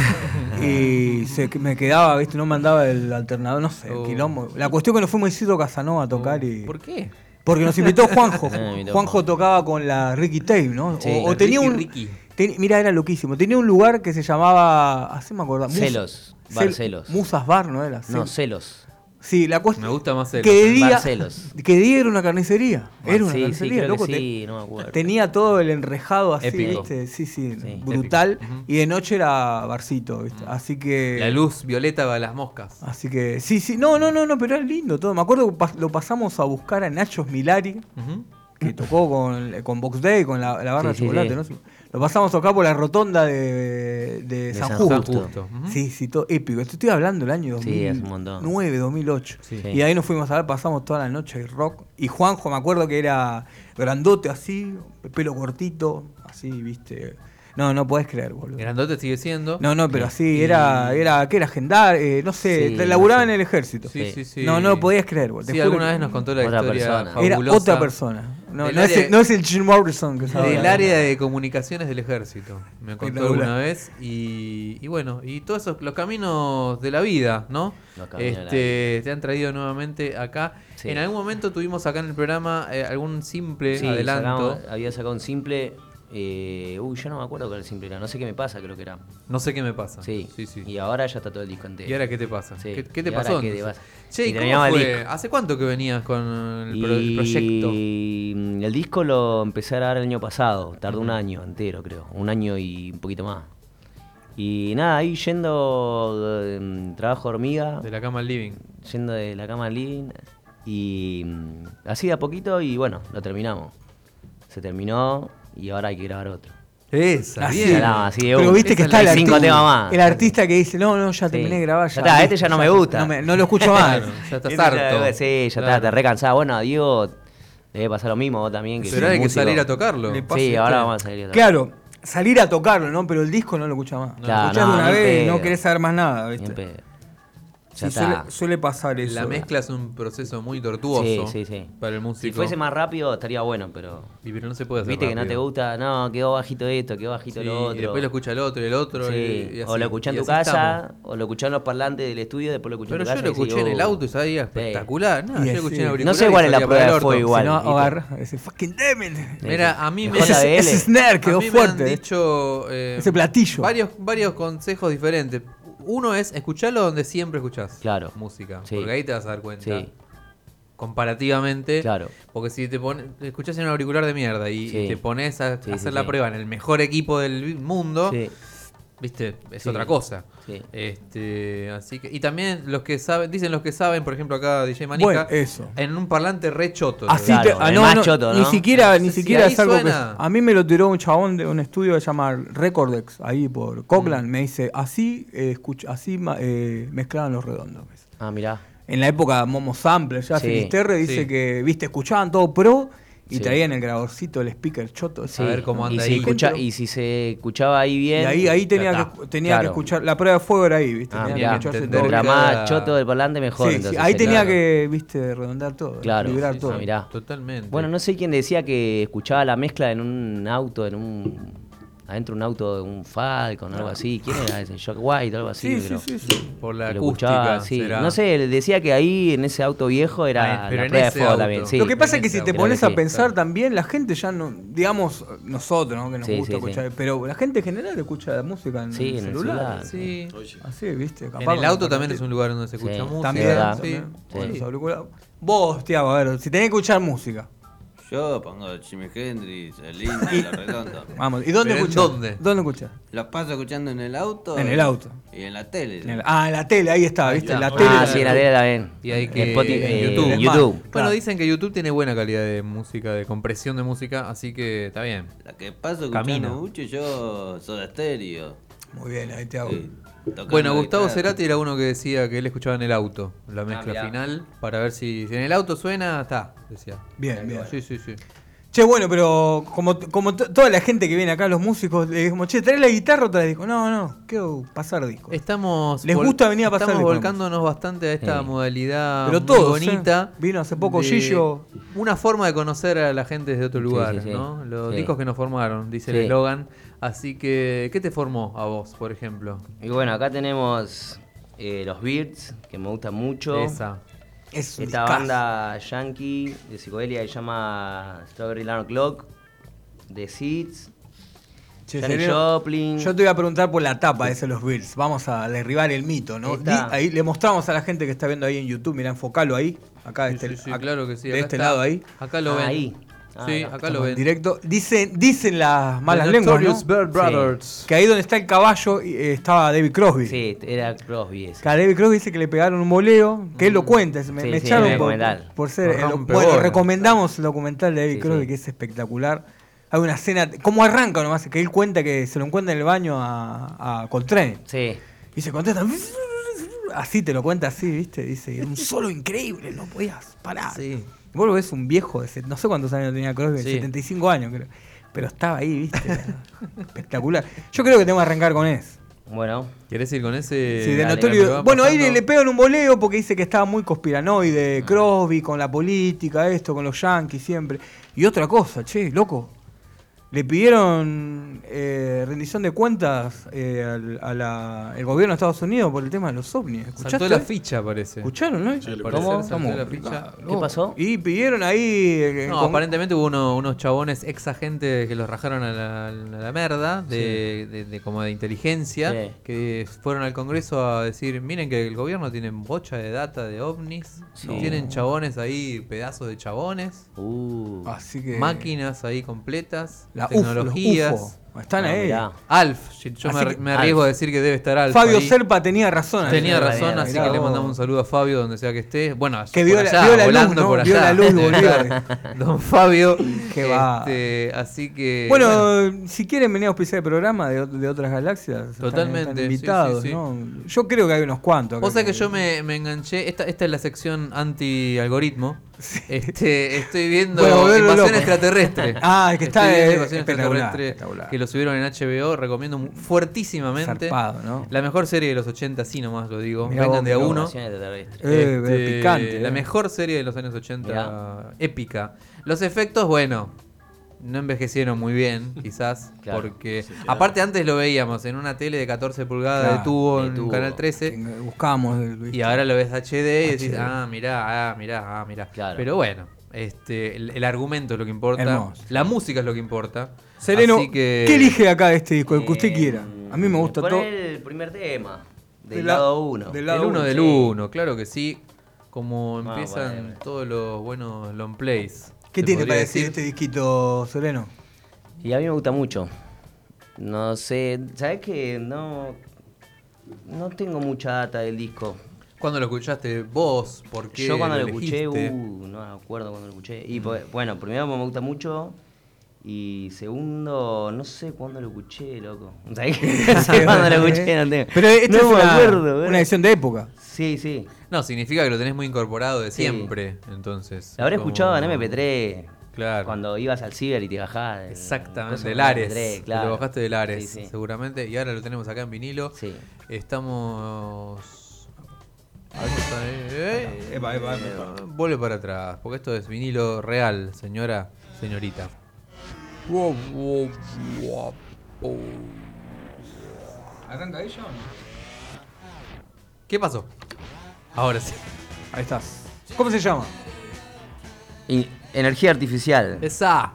S3: y se, que me quedaba, ¿viste? No mandaba el alternador, no sé, el
S2: Oh.
S3: quilombo. La cuestión que nos fuimos a Isidro Casanova a tocar y.
S2: ¿Por qué?
S3: Porque nos invitó Juanjo.
S10: Ah, me invitó
S3: Juanjo tocaba con la Ricky Tape, ¿no?
S10: Sí,
S3: o, o
S10: la
S3: tenía
S2: Ricky,
S3: un.
S2: Ricky.
S3: ten- mira, era loquísimo. Tenía un lugar que se llamaba. Así me acordaba. Mus-
S10: Celos, Bar
S3: Cel-
S10: Celos.
S3: Musas Bar, ¿no era?
S10: No,
S3: Sí.
S10: celos.
S3: Sí, la cuestión.
S2: Me gusta más Celos,
S3: Que de
S2: eh.
S3: día,
S10: Barcelos. Ah,
S3: que día era una carnicería. Era una
S10: sí, sí,
S3: carnicería,
S10: creo
S3: loco.
S10: que
S3: te-
S10: sí, no me acuerdo.
S3: Tenía todo el enrejado así,
S2: Épico.
S3: ¿viste? Sí, sí,
S10: Sí.
S3: brutal.
S2: Épico. Ujú.
S3: Y de noche era barcito, ¿viste? Así
S10: Eh,
S3: que.
S2: La luz violeta va a las moscas.
S3: Así que. Sí, sí. No, no, no, no, pero era lindo todo. Me acuerdo que pas- lo pasamos a buscar a Nachos Milari,
S2: Ujú.
S3: que tocó con, con Box Day, con la, la barra
S10: Mm. Sí, sí,
S3: de chocolate,
S10: sí.
S3: ¿no? Lo pasamos acá por la rotonda de, de San,
S10: San
S3: Justo.
S10: Justo.
S2: Justo. Ujú.
S3: Sí, sí, todo épico. Esto estoy hablando del año
S10: Sí, hace un
S3: 2009, 2008.
S10: Sí.
S3: Y ahí nos fuimos a ver, pasamos toda la noche y rock. Y Juanjo, me acuerdo que era grandote así, pelo cortito, así, viste. No, no podés creer, boludo.
S2: Grandote sigue siendo.
S3: No, no, pero así,
S2: Y-
S3: era, era, ¿qué era? Agendar, eh, no sé,
S10: Sí,
S3: te laburaba
S10: no sé.
S3: en el ejército.
S2: Sí, sí, sí.
S3: No, no lo podías creer, boludo.
S2: Sí, alguna vez nos contó la
S10: Otra
S2: historia
S10: persona.
S3: Era
S2: fabulosa
S3: otra persona. No,
S2: Del
S3: no, es
S2: área-
S3: el, no es el Jim Morrison que sabe.
S2: Del área de comunicaciones del ejército, me contó
S3: Espectacular.
S2: alguna vez. Y, y bueno, y todos esos, los caminos de la vida, ¿no?
S10: Los caminos de la
S2: Este, te han traído nuevamente acá.
S10: Sí.
S2: En algún momento tuvimos acá en el programa eh, algún simple
S10: Sí,
S2: adelanto.
S10: sacamos- había sacado un simple. Eh, uy, yo no me acuerdo cuál el simple era. No sé qué me pasa, creo que era.
S2: No sé qué me pasa.
S10: Sí.
S2: sí. sí.
S10: Y ahora ya está todo el disco entero.
S2: ¿Y ahora qué te pasa?
S10: Sí.
S2: ¿Qué, qué te
S10: ¿Y ahora
S2: pasó?
S10: qué te
S2: entonces?
S10: pasa?
S2: Che,
S10: Y
S2: ¿y cómo
S10: terminaba el
S2: fue?
S10: disco.
S2: ¿Hace cuánto que venías con el, pro- el
S10: Y
S2: proyecto?
S10: mm, El disco lo empecé a grabar el año pasado. Tardó un año entero, creo. Un año y un poquito más. Y nada, ahí yendo eh, trabajo hormiga,
S2: De la cama al living.
S10: yendo de la cama al living. Y mm, así de a poquito y bueno, lo terminamos. Se terminó y ahora hay que grabar otro.
S2: Esa,
S3: Así.
S2: bien.
S10: No, así de
S3: Pero
S10: una.
S3: viste que
S10: Esa
S3: está
S10: es
S3: el
S10: la de cinco
S3: artista,
S10: temas más.
S3: el artista que dice, no, no, ya terminé de grabar.
S10: Ya está, este ya no me gusta.
S3: No, no lo escucho más.
S2: Claro, ya estás
S10: Este ya-
S2: harto.
S10: Sí, ya
S2: Claro.
S10: está, Ah, te recansás. Bueno, a Diego debe pasar lo mismo, vos también. Que
S2: Será
S10: sos
S2: de que
S10: músico.
S2: salir a tocarlo.
S3: Le pasa
S10: Sí,
S3: esto.
S10: ahora vamos a salir a tocar.
S3: Claro, salir a tocarlo, ¿no? Pero el disco no lo escucha más.
S10: Claro,
S3: lo escuchás
S10: no,
S3: una
S10: ni
S3: vez y
S10: pedo.
S3: no querés saber más nada,
S10: Ni en
S3: ¿viste?
S10: pedo. Ya
S3: Sí,
S10: está.
S3: suele, suele pasar eso.
S2: La mezcla es un proceso muy tortuoso
S10: Sí, sí, sí.
S2: para el
S10: Si
S2: músico.
S10: fuese más rápido estaría bueno, pero.
S2: Y pero no se puede hacer
S10: Viste que no te
S2: rápido.
S10: gusta, no, quedó bajito esto, quedó bajito
S2: Sí,
S10: lo otro.
S2: Y después lo escucha el otro y el otro.
S10: Sí,
S2: y- y así-
S10: o lo escuchás en
S2: y
S10: tu
S2: así
S10: casa,
S2: estamos.
S10: o lo escuchás en los parlantes del estudio, después lo escuchás
S2: Pero
S10: en tu
S2: yo
S10: casa.
S2: lo
S10: y decís,
S2: escuché en el
S10: "Oh".
S2: auto y sabía espectacular. No,
S3: Y
S2: yo
S3: así.
S2: lo escuché en
S3: No sé
S2: auricular y
S10: cuál es la
S2: salía
S10: prueba
S2: para el
S10: de
S2: orto.
S10: fuego igual.
S3: Si no,
S10: ¿viste?
S3: agarra ese fucking demon. Eh,
S2: Mira, a mí me,
S10: J-
S3: Ese,
S10: JBL.
S3: ese snare quedó
S2: a mí me
S3: fuerte.
S2: han
S3: ¿eh?
S2: dicho eh,
S3: Ese platillo.
S2: Varios, varios consejos diferentes. Uno es escucharlo donde siempre escuchás
S10: Claro.
S2: música.
S10: Sí.
S2: Porque ahí te vas a dar cuenta.
S10: Sí.
S2: Comparativamente.
S10: Claro.
S2: Porque si te pones, escuchás en un auricular de mierda y
S10: Sí.
S2: te pones a
S10: Sí, sí,
S2: hacer la
S10: sí.
S2: prueba en el mejor equipo del mundo,
S10: Sí,
S2: viste, es
S10: Sí.
S2: otra cosa.
S10: sí.
S2: Este, así que, y también los que saben, dicen los que saben, por ejemplo acá DJ Manija,
S3: Bueno, eso.
S2: en un parlante re choto.
S3: Así
S10: Claro,
S3: te, ah,
S10: el
S3: no,
S10: más
S3: no,
S10: choto,
S3: Ni
S10: ¿no?
S3: siquiera,
S2: Sí,
S3: ni
S2: sí,
S3: siquiera
S2: ahí
S3: es algo que.
S2: suena.
S3: A mí me lo tiró un chabón de un estudio que se llama Recordex, ahí por
S2: Mm.
S3: Cockland. Me dice, así, eh, escuch- así ma- eh, mezclaban los redondos. me dice.
S10: Ah, mirá.
S3: En la época Momo Sample, ya
S10: Sí,
S3: Finisterre dice
S2: sí.
S3: que, viste, escuchaban todo pro y
S10: Sí.
S3: traían el grabadorcito, el speaker choto. ese.
S10: Sí.
S2: ver cómo anda
S10: y
S2: ahí.
S10: Si escucha, y si se escuchaba ahí
S3: Y
S10: bien.
S3: ahí, ahí
S2: Ya
S3: tenía,
S2: está.
S3: que, tenía que
S10: Claro.
S3: escuchar. La prueba de fuego era ahí, viste.
S10: Ah,
S3: tenía
S10: mirá.
S3: que escucharse
S2: Entender
S3: todo.
S10: Mientras
S2: Claro.
S10: más choto del parlante, mejor.
S3: Sí, sí,
S10: entonces,
S3: ahí
S10: sería.
S3: tenía que, viste, redondear todo,
S10: Claro.
S3: liberar
S10: Sí,
S3: todo.
S10: sí, mirá.
S2: Totalmente.
S10: Bueno, no sé quién decía que escuchaba la mezcla en un auto, en un. Adentro de un auto de un Falcon o algo así. ¿Quién era ese? Jack White o algo así.
S3: Sí, sí,
S10: creo.
S3: sí, sí.
S2: por la
S10: Que lo
S2: acústica,
S10: escuchaba, sí.
S2: será.
S10: No sé, le decía que ahí en ese auto viejo
S2: Ah,
S10: era
S2: pero
S10: la
S2: en
S10: prueba de
S2: ese
S10: fuego
S2: auto.
S10: también. Sí.
S2: Lo
S3: Lo que pasa es que si
S2: Creo
S3: te
S10: que
S3: pones
S10: sí.
S3: a pensar también, la gente ya no, digamos, nosotros, ¿no? Que nos
S10: Sí,
S3: gusta
S10: sí,
S3: escuchar, pero la gente en general escucha la música en
S10: Sí,
S3: el
S10: en el
S3: celular.
S10: celular.
S2: Sí.
S4: Oye.
S3: Así, viste.
S2: En el auto también es un lugar donde se escucha
S10: Sí.
S2: música.
S10: Sí,
S3: También,
S10: ¿verdad?
S2: sí.
S3: también. Con
S10: Sí.
S3: los auriculares. Vos, Tiago, a ver, si tenés que escuchar música.
S5: Yo pongo Jimi Hendrix, el Indio, la redonda.
S3: Vamos, ¿y dónde
S2: Pero ¿en
S3: escuchás?
S2: dónde?
S3: ¿Dónde escuchás?
S5: Los paso escuchando en el auto.
S3: En
S5: y-
S3: el auto.
S5: Y en la tele.
S3: En el- ah, en la tele, ahí está, viste, en la
S2: está.
S3: tele.
S10: Ah, sí, en la tele también.
S2: Y hay que
S10: Spotify-
S2: en
S10: eh,
S2: YouTube.
S10: YouTube.
S2: Bueno,
S3: Claro.
S2: dicen que YouTube tiene buena calidad de música, de compresión de música, así que está bien.
S5: La que paso escuchando
S2: Camina.
S5: mucho yo soda estéreo.
S3: Muy bien, ahí Tiago.
S5: Sí, tocando
S2: Bueno, Gustavo
S5: guitarra.
S2: Cerati era uno que decía que él escuchaba en el auto, la mezcla
S10: mirá.
S2: final, para ver si, si en el auto suena, está, decía.
S3: Bien, bien.
S2: Sí, sí, sí.
S3: Che, bueno, pero como, como to- toda la gente que viene acá, los músicos, le dijimos, che, trae la guitarra o trae disco. No, no, quiero pasar disco.
S2: Estamos
S3: Les
S2: vol-
S3: gusta venir a pasar
S2: Estamos
S3: el programa.
S2: volcándonos bastante a esta
S10: Sí.
S2: modalidad
S3: Pero
S2: muy
S3: todos, ¿eh?
S2: bonita.
S3: Vino hace poco
S2: de-
S3: Gillo.
S2: Una forma de conocer a la gente desde otro
S10: Sí,
S2: lugar,
S10: sí, sí.
S2: ¿no? Los
S10: Sí.
S2: discos que nos formaron, dice el
S10: Sí.
S2: eslogan. Así que, ¿qué te formó a vos, por ejemplo?
S10: Y bueno, acá tenemos eh, los Beards, que me gustan mucho.
S2: Esa.
S3: Es un
S10: Esta
S3: discazo.
S10: banda yankee de psicodelia que se llama Strawberry Alarm Clock, The Seeds,
S3: Che,
S10: Janis
S3: Sereno,
S10: Joplin.
S3: Yo te iba a preguntar por la tapa de ese los Bills. Vamos a derribar el mito, ¿no?
S10: Ahí está.
S3: Di- ahí le mostramos a la gente que está viendo ahí en YouTube. Mirá, enfocalo ahí. Acá, de
S2: Sí,
S3: este,
S2: sí, sí,
S3: acá-
S2: claro que sí.
S3: de
S2: acá
S3: este
S2: está.
S3: lado ahí.
S2: Acá lo ven.
S10: Ahí. Ah,
S2: sí,
S10: acá.
S2: acá lo
S3: Estamos
S2: ven.
S3: en directo. Dicen, dicen las malas
S2: The
S3: lenguas, ¿no?
S2: Notorious Bird Brothers.
S3: Que ahí donde está el caballo eh, estaba David Crosby.
S10: Sí, era Crosby ese.
S3: Que a David Crosby dice que le pegaron un boleo. Que él lo cuenta. Me,
S10: Mm. Sí,
S3: me
S10: sí,
S3: echaron
S10: el
S3: por,
S10: documental.
S3: por ser. el doc-
S2: Rompe
S3: bueno,
S2: bola.
S3: recomendamos el documental de David
S10: Sí,
S3: Crosby,
S10: sí.
S3: que es espectacular. Hay una escena. ¿Cómo arranca nomás? Que él cuenta que se lo encuentra en el baño a, a Coltrane.
S10: Sí.
S3: Y se contestan. Así te lo cuenta así, ¿viste? Dice, era un solo increíble, no podías parar.
S2: Sí.
S3: Y Vos lo ves un viejo, de, set- no sé cuántos años tenía Crosby,
S2: Sí.
S3: 75 años creo. Pero estaba ahí, ¿viste? Era Espectacular. Yo creo que tengo que arrancar con eso.
S10: Bueno,
S2: ¿Querés ir con ese?
S3: Sí, de
S10: dale,
S3: Notorio-
S2: lo que va
S3: bueno, ahí le,
S2: pasando? Ah.
S3: le pegan un boleo porque dice que estaba muy conspiranoide, Crosby, con la política, esto, con los yankees siempre. Y otra cosa, che, loco. Le pidieron eh, rendición de cuentas eh, al a la- el gobierno de Estados Unidos por el tema de los ovnis.
S2: Saltó
S3: ¿Escuchaste?
S2: la ficha, parece.
S3: ¿Escucharon, no?
S4: Sí, lo
S2: Parece,
S10: ¿Cómo?
S2: saltó
S3: Estamos-
S2: la ficha.
S10: ¿qué pasó?
S3: Y pidieron ahí. eh,
S2: No,
S3: con-
S2: aparentemente hubo uno- unos chabones ex agentes que los rajaron a la, a la merda, de, de- de- como de inteligencia,
S10: Sí.
S2: que fueron al Congreso a decir, miren que el gobierno tiene bocha de data de ovnis,
S10: Sí.
S2: tienen chabones ahí, pedazos de chabones,
S10: Uh,
S3: Así que.
S2: máquinas ahí completas,
S3: La UFO, los
S2: tecnologías.
S3: UFO. Están
S10: Ah,
S3: ahí.
S10: mirá.
S2: Alf, yo- yo
S3: Así
S2: me,
S3: que-
S2: me arriesgo
S3: Alf.
S2: a decir que debe estar Alf.
S3: Fabio
S2: ahí.
S3: Serpa tenía razón.
S2: Tenía
S3: ayer.
S2: razón, así
S3: Ah, Mirá
S2: que le
S3: vos.
S2: mandamos un saludo a Fabio donde sea que esté. Bueno,
S3: Que
S2: por
S3: vio la-
S2: allá,
S3: vio la luz,
S2: volando
S3: ¿no?
S2: por allá.
S3: Vio la luz,
S2: Debe estar Don Fabio.
S3: Qué va.
S2: Este, así que.
S3: Bueno, si quieren venir a auspiciar el programa de, ot- de otras galaxias, están-
S2: Totalmente,
S3: están
S2: sí,
S3: invitados.
S2: sí, sí.
S3: ¿no? Yo creo que hay unos cuantos.
S2: Vos sabés que yo me, me enganché. Esta, esta es la sección anti-algoritmo. Este, estoy viendo
S3: Bueno, volverlo
S2: Invasión
S3: loco.
S2: Extraterrestre.
S3: Ah, es que está,
S2: Estoy viendo
S3: eh,
S2: Invasión
S3: espectacular,
S2: Extraterrestre,
S3: espectacular.
S2: Que lo subieron en HBO. Recomiendo mu- fuertísimamente.
S3: Zarpado, ¿no?
S2: La mejor serie de los 80, sí, nomás lo digo.
S3: Mirá
S2: Vengan
S3: vos,
S2: de a
S3: mirá
S2: uno.
S10: vos. Invasión Extraterrestre.
S3: Eh, picante,
S2: Este, La
S3: eh.
S2: mejor serie de los años 80. Épica. Los efectos, bueno. No envejecieron muy bien, quizás,
S10: Claro,
S2: porque...
S10: sí, claro.
S2: Aparte antes lo veíamos en una tele de 14 pulgadas de
S3: Claro,
S2: tubo,
S10: de
S2: en
S10: tubo.
S2: Canal 13,
S3: Buscamos. el-
S2: y ahora lo ves HD y decís,
S3: HD.
S2: ah, mirá, ah, mirá, ah, mirá.
S10: Claro.
S2: Pero bueno, este, el, el argumento es lo que importa.
S3: Hermoso.
S2: La música es lo que importa.
S3: Sereno,
S2: Así que-
S3: ¿qué elige acá de este disco? El que usted quiera. A mí me gusta
S10: Pon
S3: todo.
S10: Eh, el primer tema. Del
S3: Del la-
S10: lado 1.
S3: del
S2: El
S3: lado
S2: 1
S3: uno,
S2: del
S10: sí.
S2: 1, claro que sí. Como
S10: Ah,
S2: empiezan
S10: bueno.
S2: todos los buenos long plays.
S3: ¿Qué
S2: se
S3: tiene
S2: podría
S3: para decir este disquito, Sereno?
S10: Y a mí me gusta mucho. No sé, ¿sabes que No, no tengo mucha data del disco.
S2: ¿Cuándo lo escuchaste vos? ¿Por qué
S10: Yo cuando lo escuché,
S2: elegiste? Mm.
S10: uh, no me acuerdo cuando lo escuché. Y pues, bueno, primero me gusta mucho. Y segundo, no sé cuándo lo escuché, loco. ¿Sabés qué? No sé cuándo lo escuché, no tengo.
S3: Pero esta
S10: no
S3: es
S10: me
S3: una,
S10: acuerdo, ¿verdad?
S3: una edición de época.
S10: Sí, sí.
S2: No, significa que lo tenés muy incorporado de
S10: Sí.
S2: siempre, entonces.
S10: La habré
S2: como-
S10: escuchado en MP3.
S2: Claro.
S10: Cuando Eh, ibas al ciber y te bajabas. eh, cosas
S2: Exactamente,
S10: en
S2: del Ares.
S10: MP3,
S2: Te
S10: claro.
S2: Lo bajaste del Ares,
S10: Sí, sí.
S2: seguramente. Y ahora lo tenemos acá en vinilo.
S10: Sí.
S2: Estamos. Vamos a ver, eh,
S3: Epa, epa, epa,
S2: eh, Vuelve para atrás, porque esto es vinilo real, señora, señorita. ¿Qué pasó? Ahora sí.
S3: Ahí estás. ¿Cómo se llama?
S10: Y- energía artificial.
S2: Esa.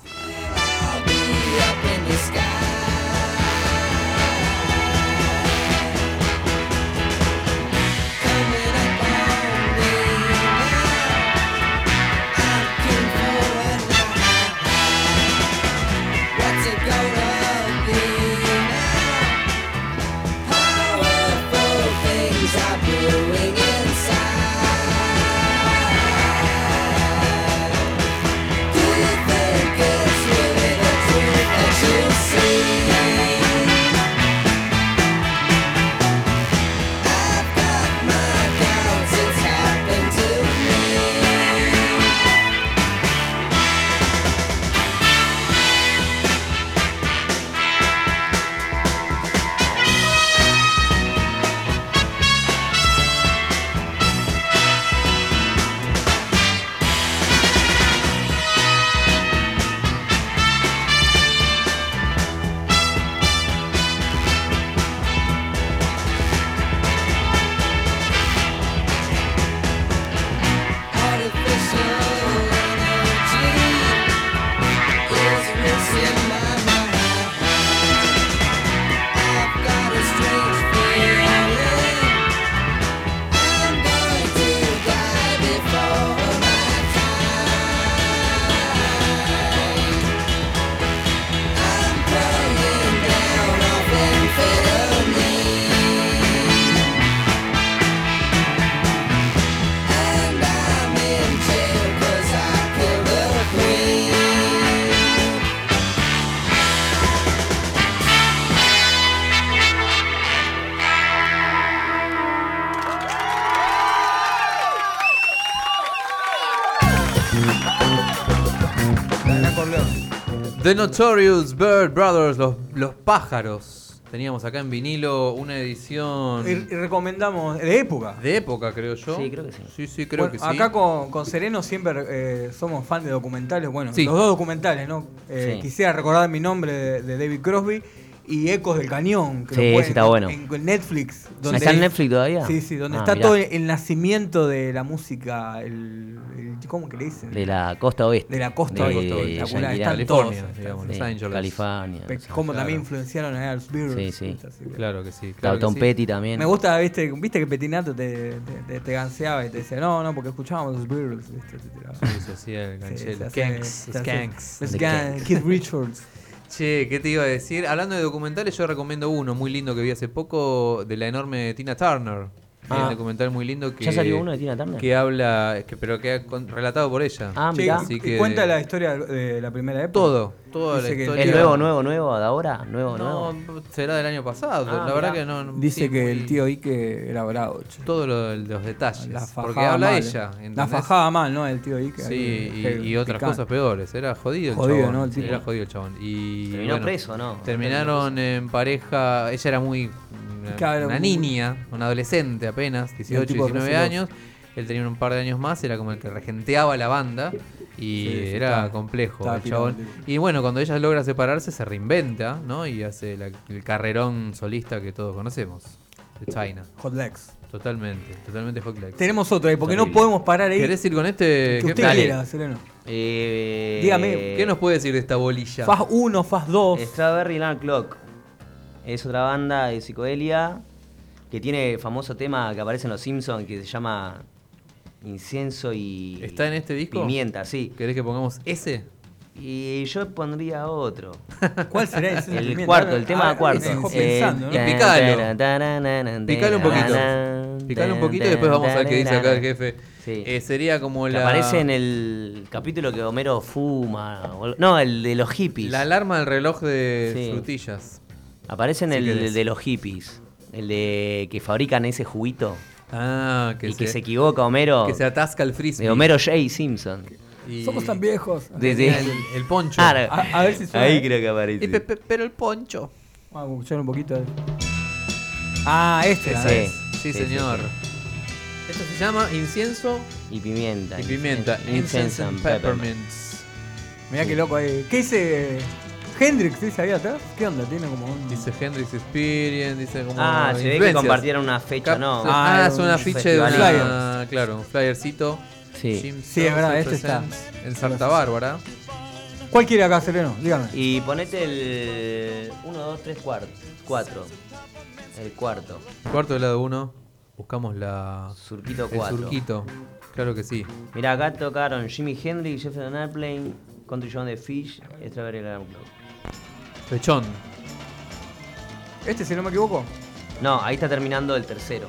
S2: The Notorious Bird Brothers, los, los pájaros. Teníamos acá en vinilo una edición
S3: Y, y recomendamos de época.
S2: de época, creo yo.
S10: Er, Sí, creo que sí.
S2: Sí, sí, creo
S3: Bueno,
S2: que sí.
S3: Acá con, con Sereno siempre eh, somos fan de documentales. Bueno,
S2: Sí.
S3: los dos documentales, ¿no? Eh,
S10: Sí.
S3: Quisiera recordar mi nombre de, de David Crosby y Ecos del Cañón. Que
S10: Sí,
S3: lo
S10: ese
S3: pueden-
S10: está bueno.
S3: En, en Netflix.
S10: ¿Está en Netflix todavía?
S3: Sí, sí, donde
S10: Ah,
S3: está
S10: mirá.
S3: todo el nacimiento de la música, el, el- ¿cómo que le dicen?
S10: De la costa oeste.
S3: De la costa
S10: de
S3: oeste, espectacular.
S10: Yankee
S3: Están todos.
S2: California, digamos,
S10: Sí,
S2: Los Ángeles.
S10: California. no sé.
S3: Cómo
S2: Claro.
S3: también influenciaron a los Beatles.
S10: Sí, sí.
S3: Así que-
S2: Claro que sí.
S10: Claro,
S2: Claro que
S10: Tom
S2: sí.
S10: Petty también.
S3: Me gusta, viste, viste que Petinato te, te, te- te ganseaba y te decía, no, no, porque escuchábamos los Beatles. viste, te tiraba.
S2: Sí, se hacía el
S3: Sí,
S2: ganchel.
S3: se hace-
S2: Skanks,
S3: se hace-
S2: Skanks.
S3: Los
S10: The
S3: Skanks, Keith Richards.
S2: Che, ¿qué te iba a decir? Hablando de documentales, yo recomiendo uno muy lindo que vi hace poco de la enorme Tina Turner. Hay
S10: Ah.
S2: un documental muy lindo que.
S10: ¿Ya salió uno de Tina Turner? Ah,
S2: Que habla, que- pero que ha con- relatado por ella.
S3: Che, y- y cuenta la historia de la primera época.
S2: Ah, Todo, toda la
S3: Dice que-
S2: historia.
S10: ¿El nuevo, nuevo, nuevo de ahora? ¿Nuevo,
S2: No,
S10: nuevo?
S2: será del año pasado.
S10: Ah,
S2: la verdad
S10: mirá.
S2: que no. no-
S3: Dice
S2: sí,
S3: que
S2: muy-
S3: el tío Ike era bravo. che.
S2: Todos lo- los detalles.
S3: La fajaba
S2: porque habla
S3: mal. eh.
S2: ella.
S3: La
S2: ¿entendés?
S3: fajaba mal, ¿no? El tío Ike.
S2: Sí,
S3: ahí,
S2: y,
S3: heavy,
S2: y otras
S3: picante.
S2: cosas peores. Era jodido el
S3: Jodido,
S2: chabón.
S3: ¿no? El tipo.
S2: Era jodido el chabón. Y,
S10: Terminó preso, ¿no?
S2: Terminaron en pareja. Ella era muy. Una,
S3: Claro, era
S2: una
S3: muy-
S2: niña, una adolescente apenas, 18,
S3: tipo
S2: 19
S3: receloso.
S2: años. Él tenía un par de años más, era como el que regenteaba la banda. Y
S3: Sí, sí,
S2: era
S3: estaba-
S2: complejo
S3: estaba
S2: el chabón.
S3: tirado el
S2: Y bueno, cuando ella logra separarse, se reinventa, ¿no? Y hace la- el carrerón solista que todos conocemos. De China.
S3: Hot legs.
S2: Totalmente, totalmente Hot Legs.
S3: Tenemos otra ahí, porque no
S10: Terrible.
S3: podemos parar ahí.
S2: ¿Querés ir con este?
S3: Que usted
S2: Dale.
S3: quiera, Sereno.
S10: Eh,
S3: Dígame,
S2: ¿Qué nos puede decir de esta bolilla?
S3: Faz 1, Faz 2.
S10: Strawberry Land Clock. Es otra banda de psicodelia que tiene famoso tema que aparece en Los Simpsons que se llama Incienso y.
S2: ¿Está en este disco?
S10: Pimienta, sí.
S2: ¿Querés que pongamos ese?
S10: Y yo pondría otro.
S3: ¿Cuál será ese
S10: El
S3: sentimiento?
S10: cuarto, el
S3: Ah,
S10: tema cuarto.
S3: ese dejó
S10: Eh,
S3: pensando, ¿no?
S2: Y
S10: tan,
S2: picalo.
S10: tan, tan, tan, tan,
S2: Picale un poquito.
S10: tan,
S2: Picale un poquito y
S10: tan,
S2: después vamos a ver qué
S10: tan,
S2: dice acá
S10: tan.
S2: el jefe.
S10: Sí.
S2: Eh, sería como
S10: Que
S2: la.
S10: Aparece en el capítulo que Homero fuma. o algo- No, el de los hippies.
S2: La alarma del reloj de
S10: Sí.
S2: frutillas.
S10: Aparece en
S2: Sí,
S10: el
S2: ¿qué es?
S10: de los hippies. El de que fabrican ese juguito.
S2: Ah, que,
S10: y
S2: se,
S10: que se equivoca Homero.
S2: que se atasca el frisbee.
S10: de Homero J. Simpson.
S2: Y-
S3: Somos tan viejos.
S10: Desde-
S2: El, el poncho. Ah,
S10: Claro.
S3: A- a ver si suena.
S10: Ahí creo que
S2: Y pe-
S10: aparece.
S2: pe- pero el poncho.
S3: Vamos a escuchar un poquito. de- Ah, este.
S10: Ese
S3: a ver.
S10: es.
S2: Sí,
S10: Sí, sí,
S2: señor. Esto se llama incienso
S10: Y pimienta.
S2: y pimienta. Incense and peppermints.
S3: Mirá qué loco ahí. ¿Qué dice Hendrix? ¿Dice ahí atrás? ¿Qué onda? Tiene como un.
S2: Dice Hendrix Experience, dice como.
S10: Ah, se ve que
S2: influencias.
S10: compartieron una fecha,
S2: Cap-
S10: ¿no?
S2: Ah,
S3: Ah,
S2: es
S3: un
S2: un afiche de
S10: festival.
S2: una. Claro, un flyercito.
S10: Sí.
S2: Jim
S3: Sí, es verdad,
S2: Thompson
S3: este está.
S2: Presents En Santa Bárbara.
S3: ¿Cuál quiere acá, Sereno? Dígame.
S10: Y ponete el 1, 2, 3, 4. El cuarto.
S2: Cuarto del lado 1. Buscamos la.
S10: Surquito
S2: el
S10: 4.
S2: surquito. Claro que sí.
S10: Mirá, acá tocaron Jimi Hendrix, Jefferson Airplane, Country John the Fish, Strawberry Alarm Clock.
S2: Pechón.
S3: Este, si no me equivoco.
S10: No, ahí está terminando el tercero.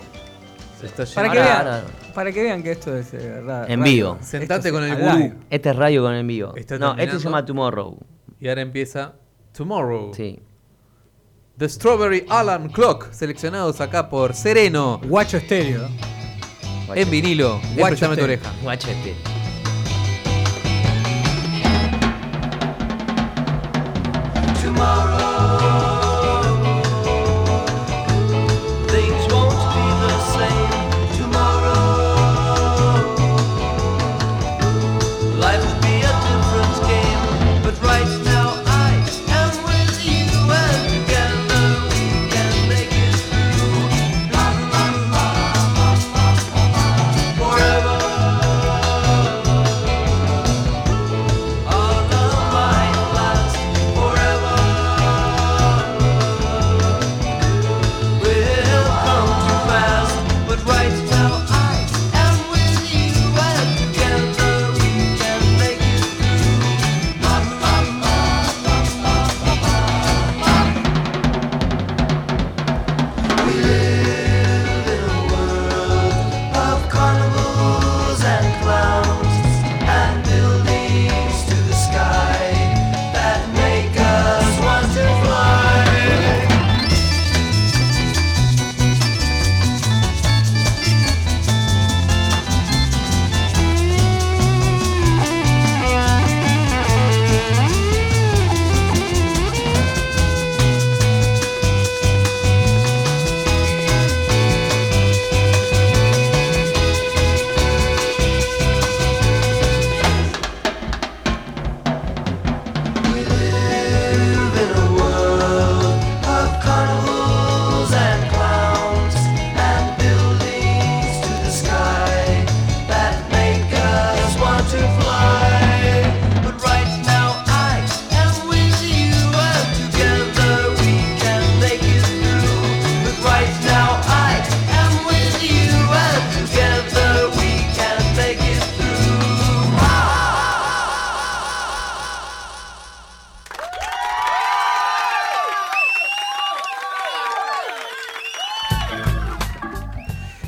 S2: Se está
S3: Para
S2: llenando.
S3: que,
S10: Ahora,
S3: vean,
S10: ahora.
S3: para que vean que esto es eh, ra-
S10: En
S3: radio.
S10: vivo.
S2: Sentate
S3: Esto es
S2: con el
S3: alive.
S2: gurú.
S10: Este es radio con en vivo.
S2: Está
S10: no, este
S2: terminando.
S10: se llama Tomorrow.
S2: Y ahora empieza. Tomorrow.
S10: Sí.
S2: The Strawberry Alarm Clock. Seleccionados acá por Sereno.
S3: Guacho estéreo.
S2: En vinilo. en
S3: Guacho
S2: Préstame tu
S3: este.
S2: oreja.
S10: Guachete.
S6: Things won't be the same tomorrow. Life will be a different game, but right now I am with you, and together we can make it through. La, la, la, la, la, la, Forever. All of my plans forever.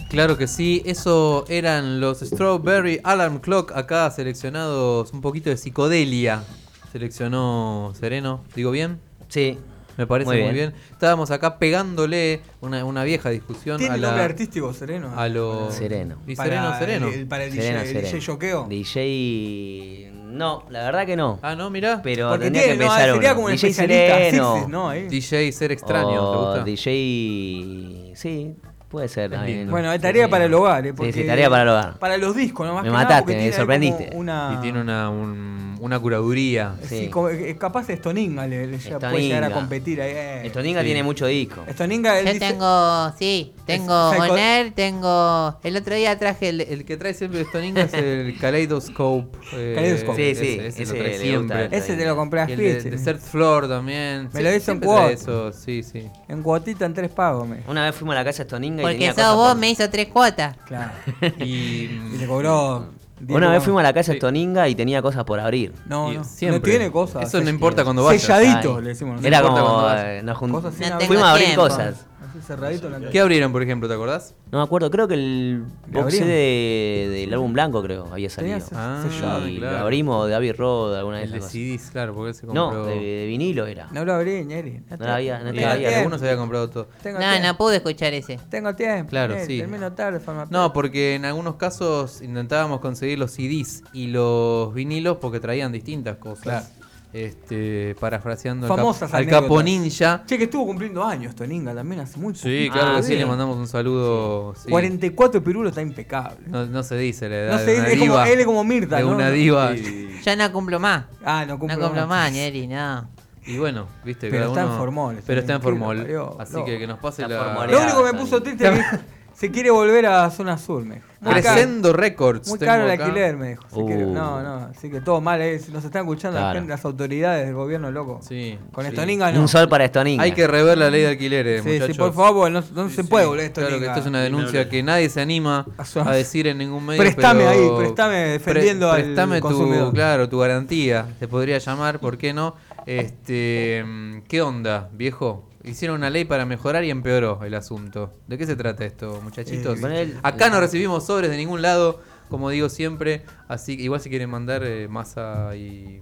S2: Claro que sí, eso eran los Strawberry Alarm Clock acá seleccionados un poquito de psicodelia. Seleccionó Sereno, ¿digo bien?
S10: Sí.
S2: Me parece muy
S10: Muy
S2: bien.
S10: bien.
S2: Estábamos acá pegándole una, una vieja discusión
S3: Tiene
S2: a la...
S3: nombre artístico, Sereno.
S2: A lo...
S10: Sereno.
S2: Y
S3: Para
S2: Sereno, Sereno.
S3: el- el- para el DJ el DJ Yoqueo.
S10: DJ. No, la verdad que no.
S2: Ah, no, mirá.
S10: Pero
S3: Porque
S10: tendría
S3: tiene,
S10: que
S3: no,
S10: empezar
S3: sería
S10: uno.
S3: como un
S10: DJ
S3: especialista,
S10: Sereno.
S3: Sixes, ¿no? Eh. Ahí.
S2: DJ ser extraño,
S10: o
S2: ¿te gusta?
S10: DJ. Sí, puede ser. ahí en-
S3: Bueno, hay tarea para el hogar, eh,
S10: Sí,
S3: porque-
S10: sí, tarea para el hogar.
S3: Para los discos, nomás
S10: Me
S3: que nada,
S10: mataste,
S3: porque
S10: me
S3: tiene ahí
S10: sorprendiste.
S3: como Una...
S2: Y tiene una, un- una curaduría.
S3: sí,
S10: Sí.
S3: como- eh, capaz Stoninga le, le- ya puede llegar a
S10: Stoninga.
S3: competir ahí. eh.
S10: Estoninga
S2: Sí.
S10: tiene mucho disco.
S3: Stoninga, él
S11: Yo
S3: dice-
S11: tengo, sí, tengo
S3: Es- psycho-
S11: Goner, tengo... El otro día traje el...
S2: El que trae siempre Stoninga es el Kaleidoscope. eh,
S3: Kaleidoscope.
S10: Sí, sí,
S2: Ese, ese
S10: ese
S2: lo trae
S10: le
S2: siempre.
S10: gusta.
S3: Ese te lo compré a
S2: Y el de,
S3: Fitch.
S2: de Third Floor también.
S3: Me lo
S2: Sie-
S3: hizo
S2: siempre
S3: en
S2: trae
S3: Quad.
S2: eso, sí, sí.
S3: En cuotita en tres pagos, me.
S10: Una vez fuimos a la casa de Estoninga y
S11: Porque
S10: tenía
S11: sos
S10: cosas
S11: vos,
S10: por-
S11: me hizo tres cuotas.
S3: Claro.
S2: Y,
S3: Y le cobró. diez
S10: Una vez
S3: lucas.
S10: fuimos a la casa
S2: Sí.
S10: de Estoninga y tenía cosas por abrir.
S3: No,
S2: y
S3: no.
S2: siempre.
S3: No tiene cosas.
S2: Eso no importa cuando vayas.
S3: Selladito,
S10: Ay.
S3: le decimos. nosotros.
S10: Era
S2: No importa
S10: como.
S2: cuándo vas.
S10: eh, nos jun-
S3: Cosas sin
S11: No
S3: abrir.
S11: tengo
S10: Fuimos a abrir
S11: tiempo.
S10: cosas.
S3: Así cerradito en la
S2: ¿Qué abrieron, por ejemplo? ¿Te acordás?
S10: No me acuerdo, creo que el
S3: ¿Lo
S10: box
S3: abrimos?
S10: de, del álbum blanco, creo, había salido.
S3: Tenía
S2: Ah,
S3: sellado.
S10: y
S2: claro.
S10: lo abrimos de Abbey Road, alguna de
S2: El de
S10: esas cosas.
S2: CDs, claro, porque él se compró.
S10: No, de, de vinilo era.
S3: No lo abrí, Ñeri. No,
S10: lo había- no
S2: Eh,
S10: te
S3: tengo
S10: había-
S3: tiempo,
S2: algunos se había comprado todo.
S3: Tengo
S11: No,
S3: tiempo.
S11: no pude escuchar ese.
S3: Tengo tiempo.
S2: Claro,
S3: Ñeri,
S2: sí.
S3: Termino tarde, forma
S2: No, porque en algunos casos intentábamos conseguir los CDs y los vinilos porque traían distintas cosas. Este, parafraseando al,
S3: Famosas
S2: Cap- al
S3: anécdotas.
S2: Capo Ninja.
S3: Che, que estuvo cumpliendo años Toninga también hace muy poco.
S2: pues, Sí, claro
S10: Ah,
S2: que sí,
S10: bien.
S2: le mandamos un saludo. sí.
S3: 44 pirulo está impecable.
S2: No, no se dice la edad
S3: No
S2: de
S3: sé,
S2: una
S3: es como,
S2: diva.
S3: él es como Mirta,
S2: de
S3: ¿no?
S2: una diva.
S11: Yo no cumplo más.
S3: Ah, no cumple
S11: no cumplo más, Neri, no.
S2: Y bueno, viste,
S3: Pero
S2: cada
S3: está en
S2: uno-
S3: formol,
S2: Pero está en
S3: que lo
S2: formol.
S3: parió,
S2: así
S3: loco.
S2: que que nos pase
S10: Está
S2: la...
S10: formoleado.
S3: Lo único que me puso triste es que se quiere volver a Zona Sur, me dijo. Muy caro-
S2: Crescendo Records.
S3: Muy
S2: tengo
S3: caro el
S2: acá.
S3: alquiler, me dijo. Se
S10: Uh.
S3: quiere- No, no, así que todo mal. eh, Nos están escuchando la
S10: Claro.
S3: gente, las autoridades del gobierno, loco.
S2: Sí,
S3: Con
S2: sí.
S3: Estoninga no.
S10: Un sol para Estoninga.
S2: Hay que rever la ley de alquileres,
S3: Sí,
S2: muchachos.
S3: sí, por favor, no, no se puede volver a
S2: Claro
S3: Estoninga.
S2: que esto es una
S4: no
S2: denuncia
S4: lo-
S2: que nadie se anima
S3: A su-
S2: a decir en ningún medio.
S3: Préstame
S2: pero-
S3: ahí, préstame defendiendo al
S2: préstame tu,
S3: consumidor.
S2: Claro, tu garantía. Se podría llamar, ¿por qué no? Este, mm, ¿Qué onda, viejo? Hicieron una ley para mejorar y empeoró el asunto. ¿De qué se trata esto, muchachitos?
S3: Eh,
S10: Ponele-
S2: Acá no recibimos sobres de ningún lado, como digo siempre. Así que igual si quieren mandar eh, masa y,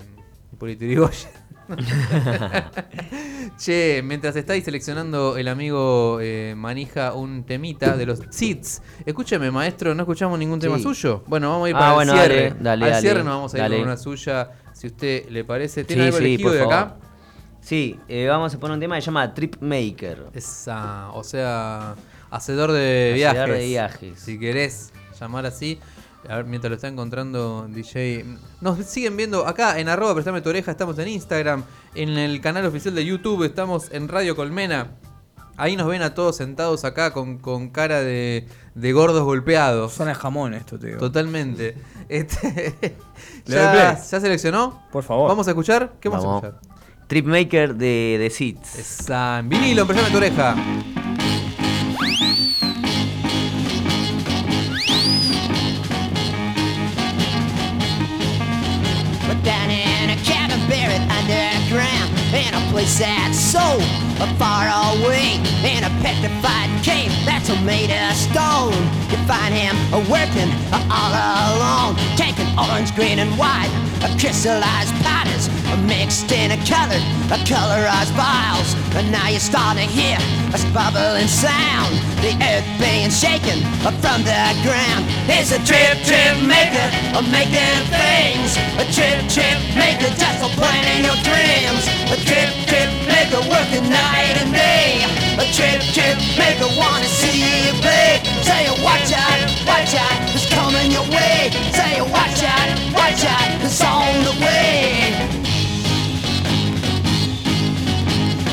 S2: y Politirigoyen. Che, mientras estáis seleccionando el amigo eh, Manija un temita de los Seeds, escúcheme, maestro, no escuchamos ningún tema
S10: Sí.
S2: suyo. Bueno, vamos a ir
S10: Ah,
S2: para
S10: bueno,
S2: el cierre.
S10: dale, dale,
S2: al
S10: dale,
S2: cierre nos vamos a ir
S10: dale.
S2: con una suya, si usted le parece. ¿Tiene
S10: Sí,
S2: algo
S10: sí,
S2: elegido
S10: por
S2: de
S10: favor.
S2: acá?
S10: Sí, eh, vamos a poner un tema que se llama Trip Maker.
S2: Esa, ah, o sea, hacedor de viajes.
S10: Hacedor de viajes.
S2: Si querés llamar así. A ver, mientras lo está encontrando DJ. Nos siguen viendo acá en arroba prestame tu oreja, estamos en Instagram, en el canal oficial de YouTube, estamos en Radio Colmena. Ahí nos ven a todos sentados acá con, con cara de, de gordos golpeados.
S3: Zona de jamón esto, te digo.
S2: Totalmente. Este,
S3: Le doy
S2: ¿ya,
S3: play.
S2: ya seleccionó?
S3: Por favor.
S2: ¿Vamos a escuchar? ¿Qué vamos,
S10: Vamos.
S2: a escuchar?
S10: Trip Maker de The Seeds.
S2: Esa, en vinilo, prestame tu oreja.
S6: But down in a cabin buried underground In a place that's so far away In a petrified cave that's made of stone You find him working all alone Taking orange, green and white Crystallized patterns mixed in a color Colorized vials And now you start to hear a bubbling sound The earth being shaken from the ground It's a trip, trip maker Making things a trip, trip, maker, just for planning your dreams. A trip, trip, maker, working night and day. A trip, trip, maker, wanna see you big. Say, watch out, watch out, it's coming your way. Say, watch out, watch out, it's on the way.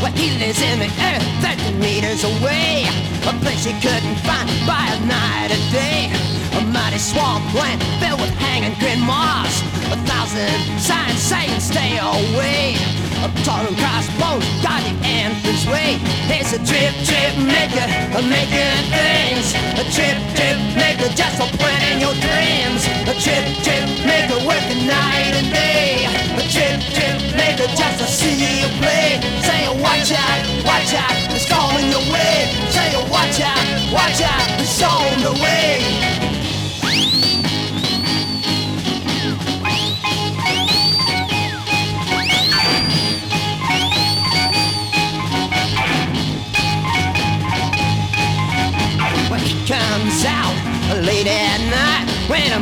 S6: Well, he lives in the earth 30 meters away. A place he couldn't find by a night or day. A mighty swampland filled with hanging green moss. A thousand signs saying stay away. A torn crossbones got the entrance way. It's a trip, trip maker, a making things. A trip, trip maker, just for planning your dreams. A trip, trip maker, working night and day. A trip, trip maker, just to see you play. Say, watch out, watch out, it's going your way. Say, watch out, watch out, it's on the way.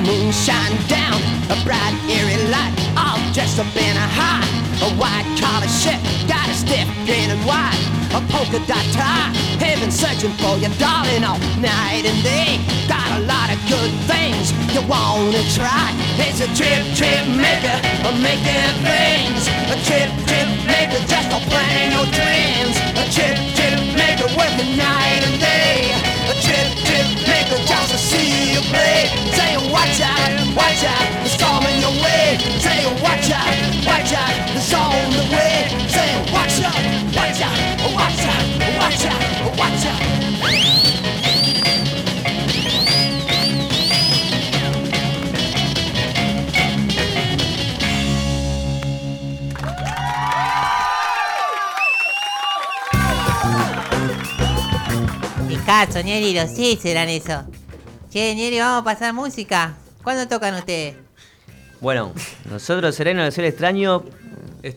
S12: moon shine down, a bright eerie light, all dressed up in a high, a white collar shirt, got a stiff green and white, a polka dot tie, have been searching for your darling all night and day, got a lot of good things you wanna try, it's a trip, trip maker, a making things, a trip, trip maker, just a plan your dreams, a trip, trip maker, working night and day, a trip, trip maker, just to see you play, say watch out, watch out, the storm in your way, say watch out, watch out, the storm in the way, say watch out, watch out, watch out, watch out, watch out.
S11: Picasso, Nieri, los sí serán eso. Che, Nieri, vamos a pasar música. ¿Cuándo tocan ustedes?
S10: Bueno, nosotros, Sereno del Ser Extraño.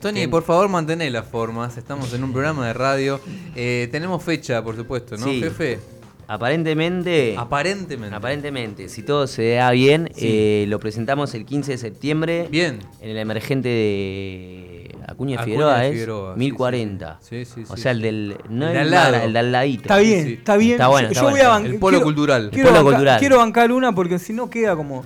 S2: Tony, por favor, mantené las formas. Estamos en un programa de radio. Eh, tenemos fecha, por supuesto, ¿no,
S10: Sí.
S2: jefe?
S10: Aparentemente.
S2: Aparentemente.
S10: Aparentemente. Si todo se da bien,
S2: Sí.
S10: eh, lo presentamos el 15 de septiembre.
S2: Bien.
S10: En el emergente de Acuña,
S2: Acuña
S10: Figueroa,
S2: de
S10: es
S2: Figueroa, sí,
S10: 1040.
S2: sí. Sí, sí,
S10: O
S2: sí,
S10: sea,
S2: sí.
S10: el del. No
S2: El
S10: el,
S2: de al
S10: mal,
S2: lado.
S10: el del ladito.
S3: Está bien, está bien.
S10: Está bueno.
S3: Yo-
S10: está
S3: yo
S10: bueno,
S3: voy a
S10: está
S3: bancar.
S10: bien.
S3: quiero- Quiero,
S10: El polo
S3: bancar,
S10: cultural.
S3: quiero bancar una porque si no queda como.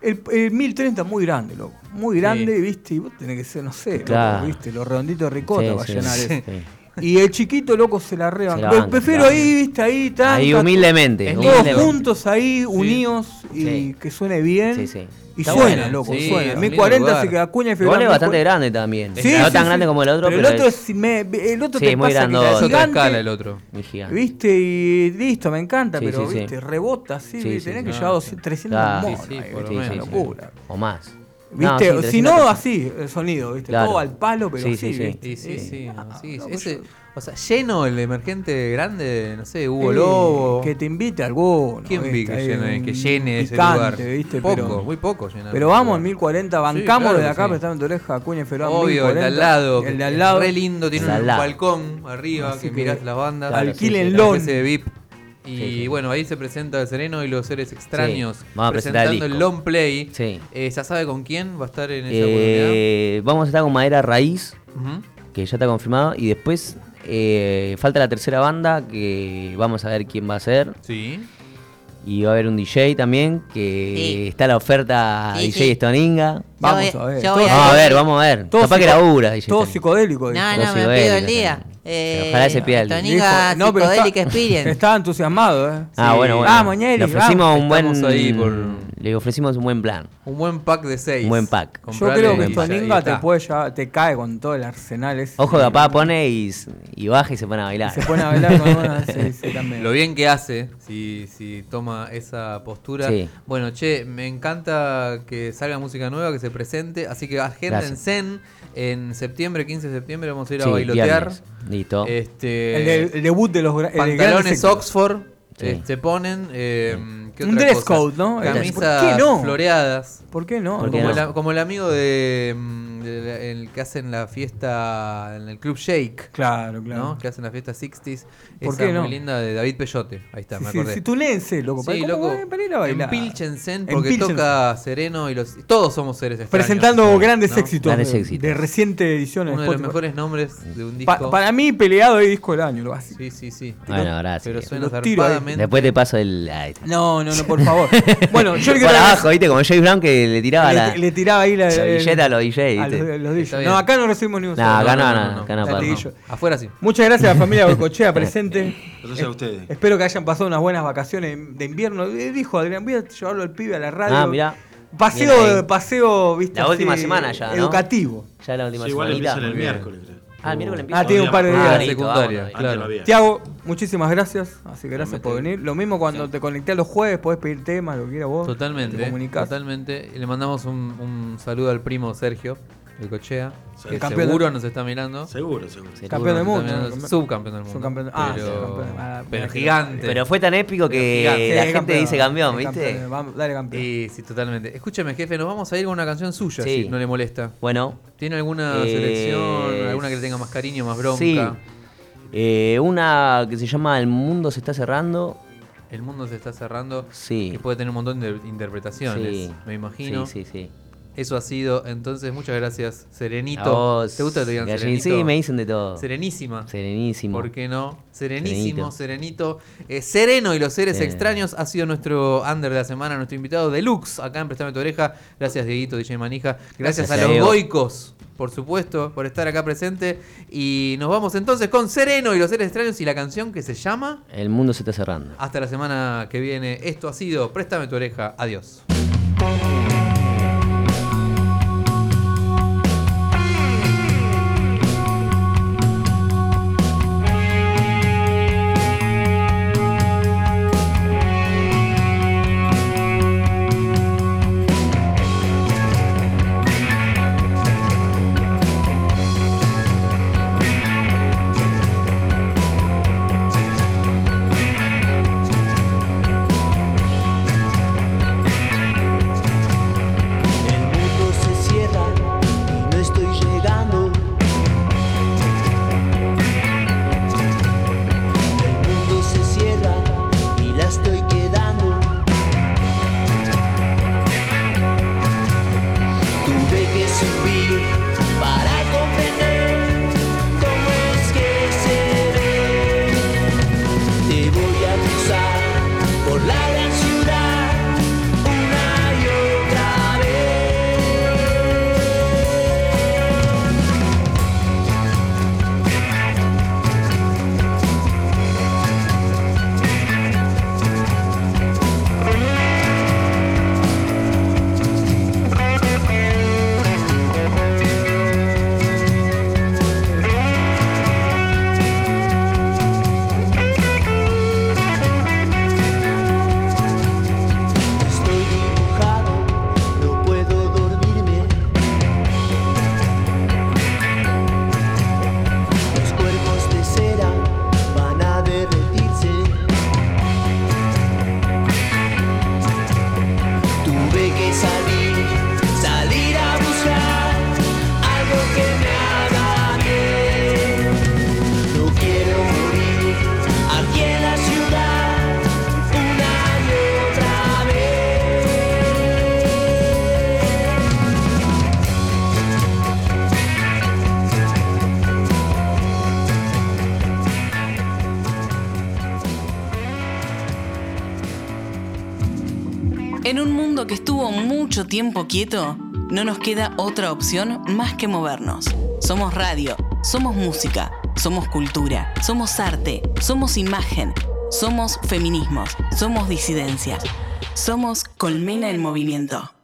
S3: El, el 1030 es muy grande, loco. Muy grande, ¿viste? Y vos tenés que ser, no sé, loco,
S10: Claro.
S3: ¿viste? Los redonditos ricota
S10: Sí,
S3: para
S10: sí,
S3: llenar
S10: sí,
S3: eso.
S10: sí.
S3: Y el chiquito, loco, se la reban.
S10: Se la banca,
S3: Prefiero
S10: claro.
S3: ahí, ¿viste? Ahí, tan,
S10: Ahí
S3: tan,
S10: humildemente,
S3: todos
S10: humildemente.
S3: juntos ahí, unidos y que suene bien.
S10: Sí, sí.
S3: Y
S10: Está
S3: suena,
S10: bueno.
S3: loco,
S10: Sí,
S3: suena.
S10: humilde
S3: 1040 se
S10: lugar.
S3: queda Acuña y
S10: Igual es bastante grande también. No tan grande como el otro,
S3: el
S10: pero
S3: otro
S10: es-
S3: es me- el otro
S10: Sí,
S3: te pasa
S10: muy
S3: que
S10: grandote.
S3: es
S10: Es otra
S3: gigante,
S2: escala el otro.
S10: Muy gigante.
S3: Viste, y listo, me encanta,
S10: Sí,
S3: pero
S10: sí, sí.
S3: viste, rebota así,
S10: Sí,
S3: tenés
S10: sí,
S3: que
S10: sí.
S3: llevar 200, 300
S10: Claro.
S3: monos,
S10: Sí, sí,
S3: ahí,
S10: por lo
S3: viste, una
S10: menos, sí.
S3: locura.
S10: O más. No, sí,
S3: Viste, si
S10: 300
S3: no,
S10: personas.
S3: así el sonido, viste,
S10: Claro.
S3: todo al palo, pero
S10: Sí,
S3: sí,
S10: sí, sí.
S3: viste. Eh,
S2: Sí, sí, sí. sí,
S3: no,
S2: sí.
S3: pues
S2: Ese- o sea, lleno el emergente grande, no sé, Hugo
S3: Eh,
S2: Lobo.
S3: Que te invite alguno.
S2: ¿Quién vi
S3: viste,
S2: que
S3: ahí
S2: llene,
S3: un
S2: que llene ese
S3: picante,
S2: lugar?
S3: viste,
S2: Poco,
S3: pero-
S2: muy poco llenaron
S3: Pero
S2: ese
S3: vamos
S2: lugar.
S3: en 1040,
S2: Sí,
S3: bancamos
S2: claro
S3: de
S2: que
S3: acá,
S2: sí.
S3: pero está en tu oreja, Acuña y Figueroa,
S2: Obvio, el de
S3: 1040,
S2: al lado.
S3: El
S2: que
S3: de al
S2: es
S3: lado.
S2: Re lindo, tiene
S10: El de al
S2: un
S10: lado.
S2: balcón arriba
S3: Así
S2: que
S3: que
S2: mirás las bandas.
S3: claro,
S2: alquilen
S3: alquílenlo.
S2: de VIP. Y bueno, ahí se presenta el Sereno y los seres extraños.
S10: vamos a presentar el
S2: presentando el,
S10: disco.
S2: long play.
S10: Sí.
S2: Eh, ¿Ya sabe con quién va a estar en esa oportunidad?
S10: Eh, vamos a estar con Madera Raíz,
S2: Ujú.
S10: que ya está confirmado. Y después eh, falta la tercera banda, que vamos a ver quién va a ser.
S2: Sí.
S10: Y va a haber un DJ también, que está la oferta
S11: Sí,
S10: DJ
S11: sí.
S10: Stoninga.
S3: Vamos a ver.
S11: yo voy
S10: Vamos
S11: a-
S10: a ver, vamos a ver.
S3: Todo
S10: Capaz que
S3: psico-
S10: labura DJ
S3: Todo
S10: Stoninga.
S3: psicodélico. dijo.
S11: Ah, No,
S10: Todo
S11: no, me pido el
S10: psicodélico,
S11: día.
S10: sí.
S11: Eh,
S10: Ojalá se pida el día.
S11: Toniga
S3: Dijo- no, pero
S11: Psychedelic
S3: está-
S11: Experience.
S3: Estaba entusiasmado, ¿eh?
S10: Ah, bueno, bueno.
S3: Vamos, Ñeri,
S10: Le ofrecimos
S3: vamos.
S10: un buen.
S2: Estamos ahí por-
S10: Le ofrecimos un buen plan.
S2: Un buen pack de seis.
S10: Un buen pack.
S3: Yo
S2: Comprale
S3: creo
S2: y
S3: que
S2: ya- y
S3: Stoninga te
S2: está.
S3: puede llevar, te cae con todo el arsenal ese.
S10: Ojo, capaz pone y, s- y baja y se pone a bailar.
S3: Se pone a bailar con una- sí, sí, también.
S2: Lo bien que hace si, si toma esa postura.
S10: Sí.
S2: Bueno, che, me encanta que salga música nueva, que se presente. Así que agéndense en septiembre, 15 de septiembre, vamos a ir a
S10: Sí,
S2: bailotear.
S10: viernes. Listo.
S2: Este,
S3: El, de- el debut de los gra- el de grandes
S2: pantalones
S3: éxitos.
S2: Oxford
S10: Sí.
S2: eh, se ponen. eh, ¿qué
S3: Un
S2: otra
S3: dress
S2: cosa?
S3: code, ¿no?
S2: Camisas
S3: ¿Por qué no?
S2: floreadas.
S3: ¿Por qué no?
S10: ¿Por qué
S2: como,
S10: no?
S2: El, a- como el amigo de, mm, de la- el que hacen la fiesta en el Club Shake.
S3: Claro, claro.
S2: ¿no? Que hacen la fiesta 60s.
S3: ¿Por
S2: esa
S3: qué no?
S2: muy linda de David Peyote. Ahí está, me
S3: Sí,
S2: acordé.
S3: sí, tunense, loco.
S2: Sí,
S3: ¿Cómo
S2: loco.
S3: va? Para ir a bailar.
S2: Empílchense, porque
S3: Empílchense.
S2: toca Sereno y los. Todos somos seres extraños.
S3: Presentando
S2: Sí,
S3: grandes
S2: ¿no?
S3: éxitos.
S10: Grandes
S3: de-
S10: éxitos.
S3: De reciente edición. en
S2: Uno de los
S3: Spotify.
S2: mejores nombres de un disco.
S3: Pa- para mí, peleado es disco del año, lo así.
S2: Sí, sí, sí.
S10: Bueno, gracias.
S2: Pero suena
S3: Los tiro ahí.
S2: zarpadamente.
S10: Después te paso el. este. ay,
S3: No, no, no, por favor. bueno, yo le
S10: por
S3: quiero
S10: abajo, ¿viste? Como James Brown que le tiraba la.
S3: Le, le tiraba ahí la,
S10: la
S3: el-
S10: billeta a los DJs,
S3: a los-
S10: ¿viste?
S3: a los DJs.
S2: Está bien.
S3: No, acá no recibimos ni un
S10: No,
S3: solo.
S10: acá no, no, acá no,
S3: Está
S10: no.
S3: tigrillo.
S2: Afuera sí.
S3: Muchas gracias a la familia Boicochea presente.
S4: Gracias a ustedes.
S3: Espero que hayan pasado unas buenas vacaciones de invierno. Eh, Dijo Adrián, voy a llevarlo al pibe a la radio.
S10: Ah, mirá. Bien ahí.
S3: Paseo, paseo, viste.
S10: La
S3: así,
S10: última semana ya, ¿no?
S3: Educativo.
S10: Ya la última
S4: Sí, igual
S10: semanita.
S4: empiezan el
S10: Muy bien.
S4: miércoles, creo.
S10: Ah, el miércoles
S3: Ah, tiene un par de
S10: Ah,
S3: días.
S10: listo,
S2: Secundaria,
S10: vámonos.
S2: claro.
S4: Antes no había.
S3: Tiago, muchísimas gracias. Así que
S2: Realmente.
S3: gracias por venir. Lo mismo cuando te conecté a los jueves, podés pedir temas, lo que quieras vos. Te
S2: Totalmente.
S3: comunicás.
S2: Totalmente. Y le mandamos un, un saludo al primo Sergio, el cochea,
S4: Sí.
S2: que
S3: Campeón
S2: seguro
S3: del-
S2: nos está mirando.
S4: Seguro, seguro.
S3: Campeón
S2: Seguro
S3: del
S2: nos
S3: mundo.
S2: está mirando. Subcampeón del mundo.
S3: Subcampeón- ah,
S2: pero,
S3: sí, campeón. Ah,
S2: pero
S3: mira que-
S2: gigante.
S10: Pero fue tan épico que
S2: gigante.
S10: la
S3: Sí,
S10: gente
S3: campeón.
S10: dice campeón,
S3: Sí,
S10: ¿viste?
S3: campeón. Vamos, dale campeón.
S2: Sí, sí, totalmente. Escúchame, jefe, nos vamos a ir con una canción suya,
S10: Sí.
S2: si no le molesta.
S10: Bueno.
S2: ¿Tiene alguna
S10: Eh,
S2: selección, alguna que le tenga más cariño, más bronca?
S10: Sí. Eh, una que se llama El mundo se está cerrando.
S2: El mundo se está cerrando
S10: Sí.
S2: y puede tener un montón de interpretaciones, me imagino.
S10: Sí, sí, sí.
S2: Eso ha sido, entonces, muchas gracias, Serenito.
S10: A vos,
S2: ¿Te gusta que te digan
S10: Gallin?
S2: Serenito?
S10: Sí, me dicen de todo.
S2: Serenísima.
S10: Serenísimo.
S2: ¿Por qué no? Serenísimo, serenito.
S10: Serenito.
S2: Eh, sereno y los seres
S10: Sereno.
S2: extraños ha sido nuestro under de la semana, nuestro invitado deluxe acá en Prestame tu Oreja. Gracias, Dieguito, DJ Manija. Gracias,
S10: Gracias,
S2: a los
S10: Diego.
S2: goicos, por supuesto, por estar acá presente. Y nos vamos entonces con Sereno y los seres extraños y la canción que se llama
S10: El mundo se está cerrando.
S2: Hasta la semana que viene. Esto ha sido Préstame tu Oreja. Adiós.
S6: El mundo se cierra y no estoy llegando. El mundo se cierra y la estoy quedando. Tuve que subir para comprender cómo es que se ve. Te voy a cruzar por la gran ciudad. Una y otra vez estoy dibujado, no puedo dormirme. Los cuerpos de cera van a derretirse. Tuve que salir, salir a buscar algo que me haga bien. No quiero morir aquí en la ciudad. Una y otra
S7: En un mundo que estuvo mucho tiempo quieto, no nos queda otra opción más que movernos. Somos radio, somos música, somos cultura, somos arte, somos imagen, somos feminismos, somos disidencias, somos colmena en movimiento.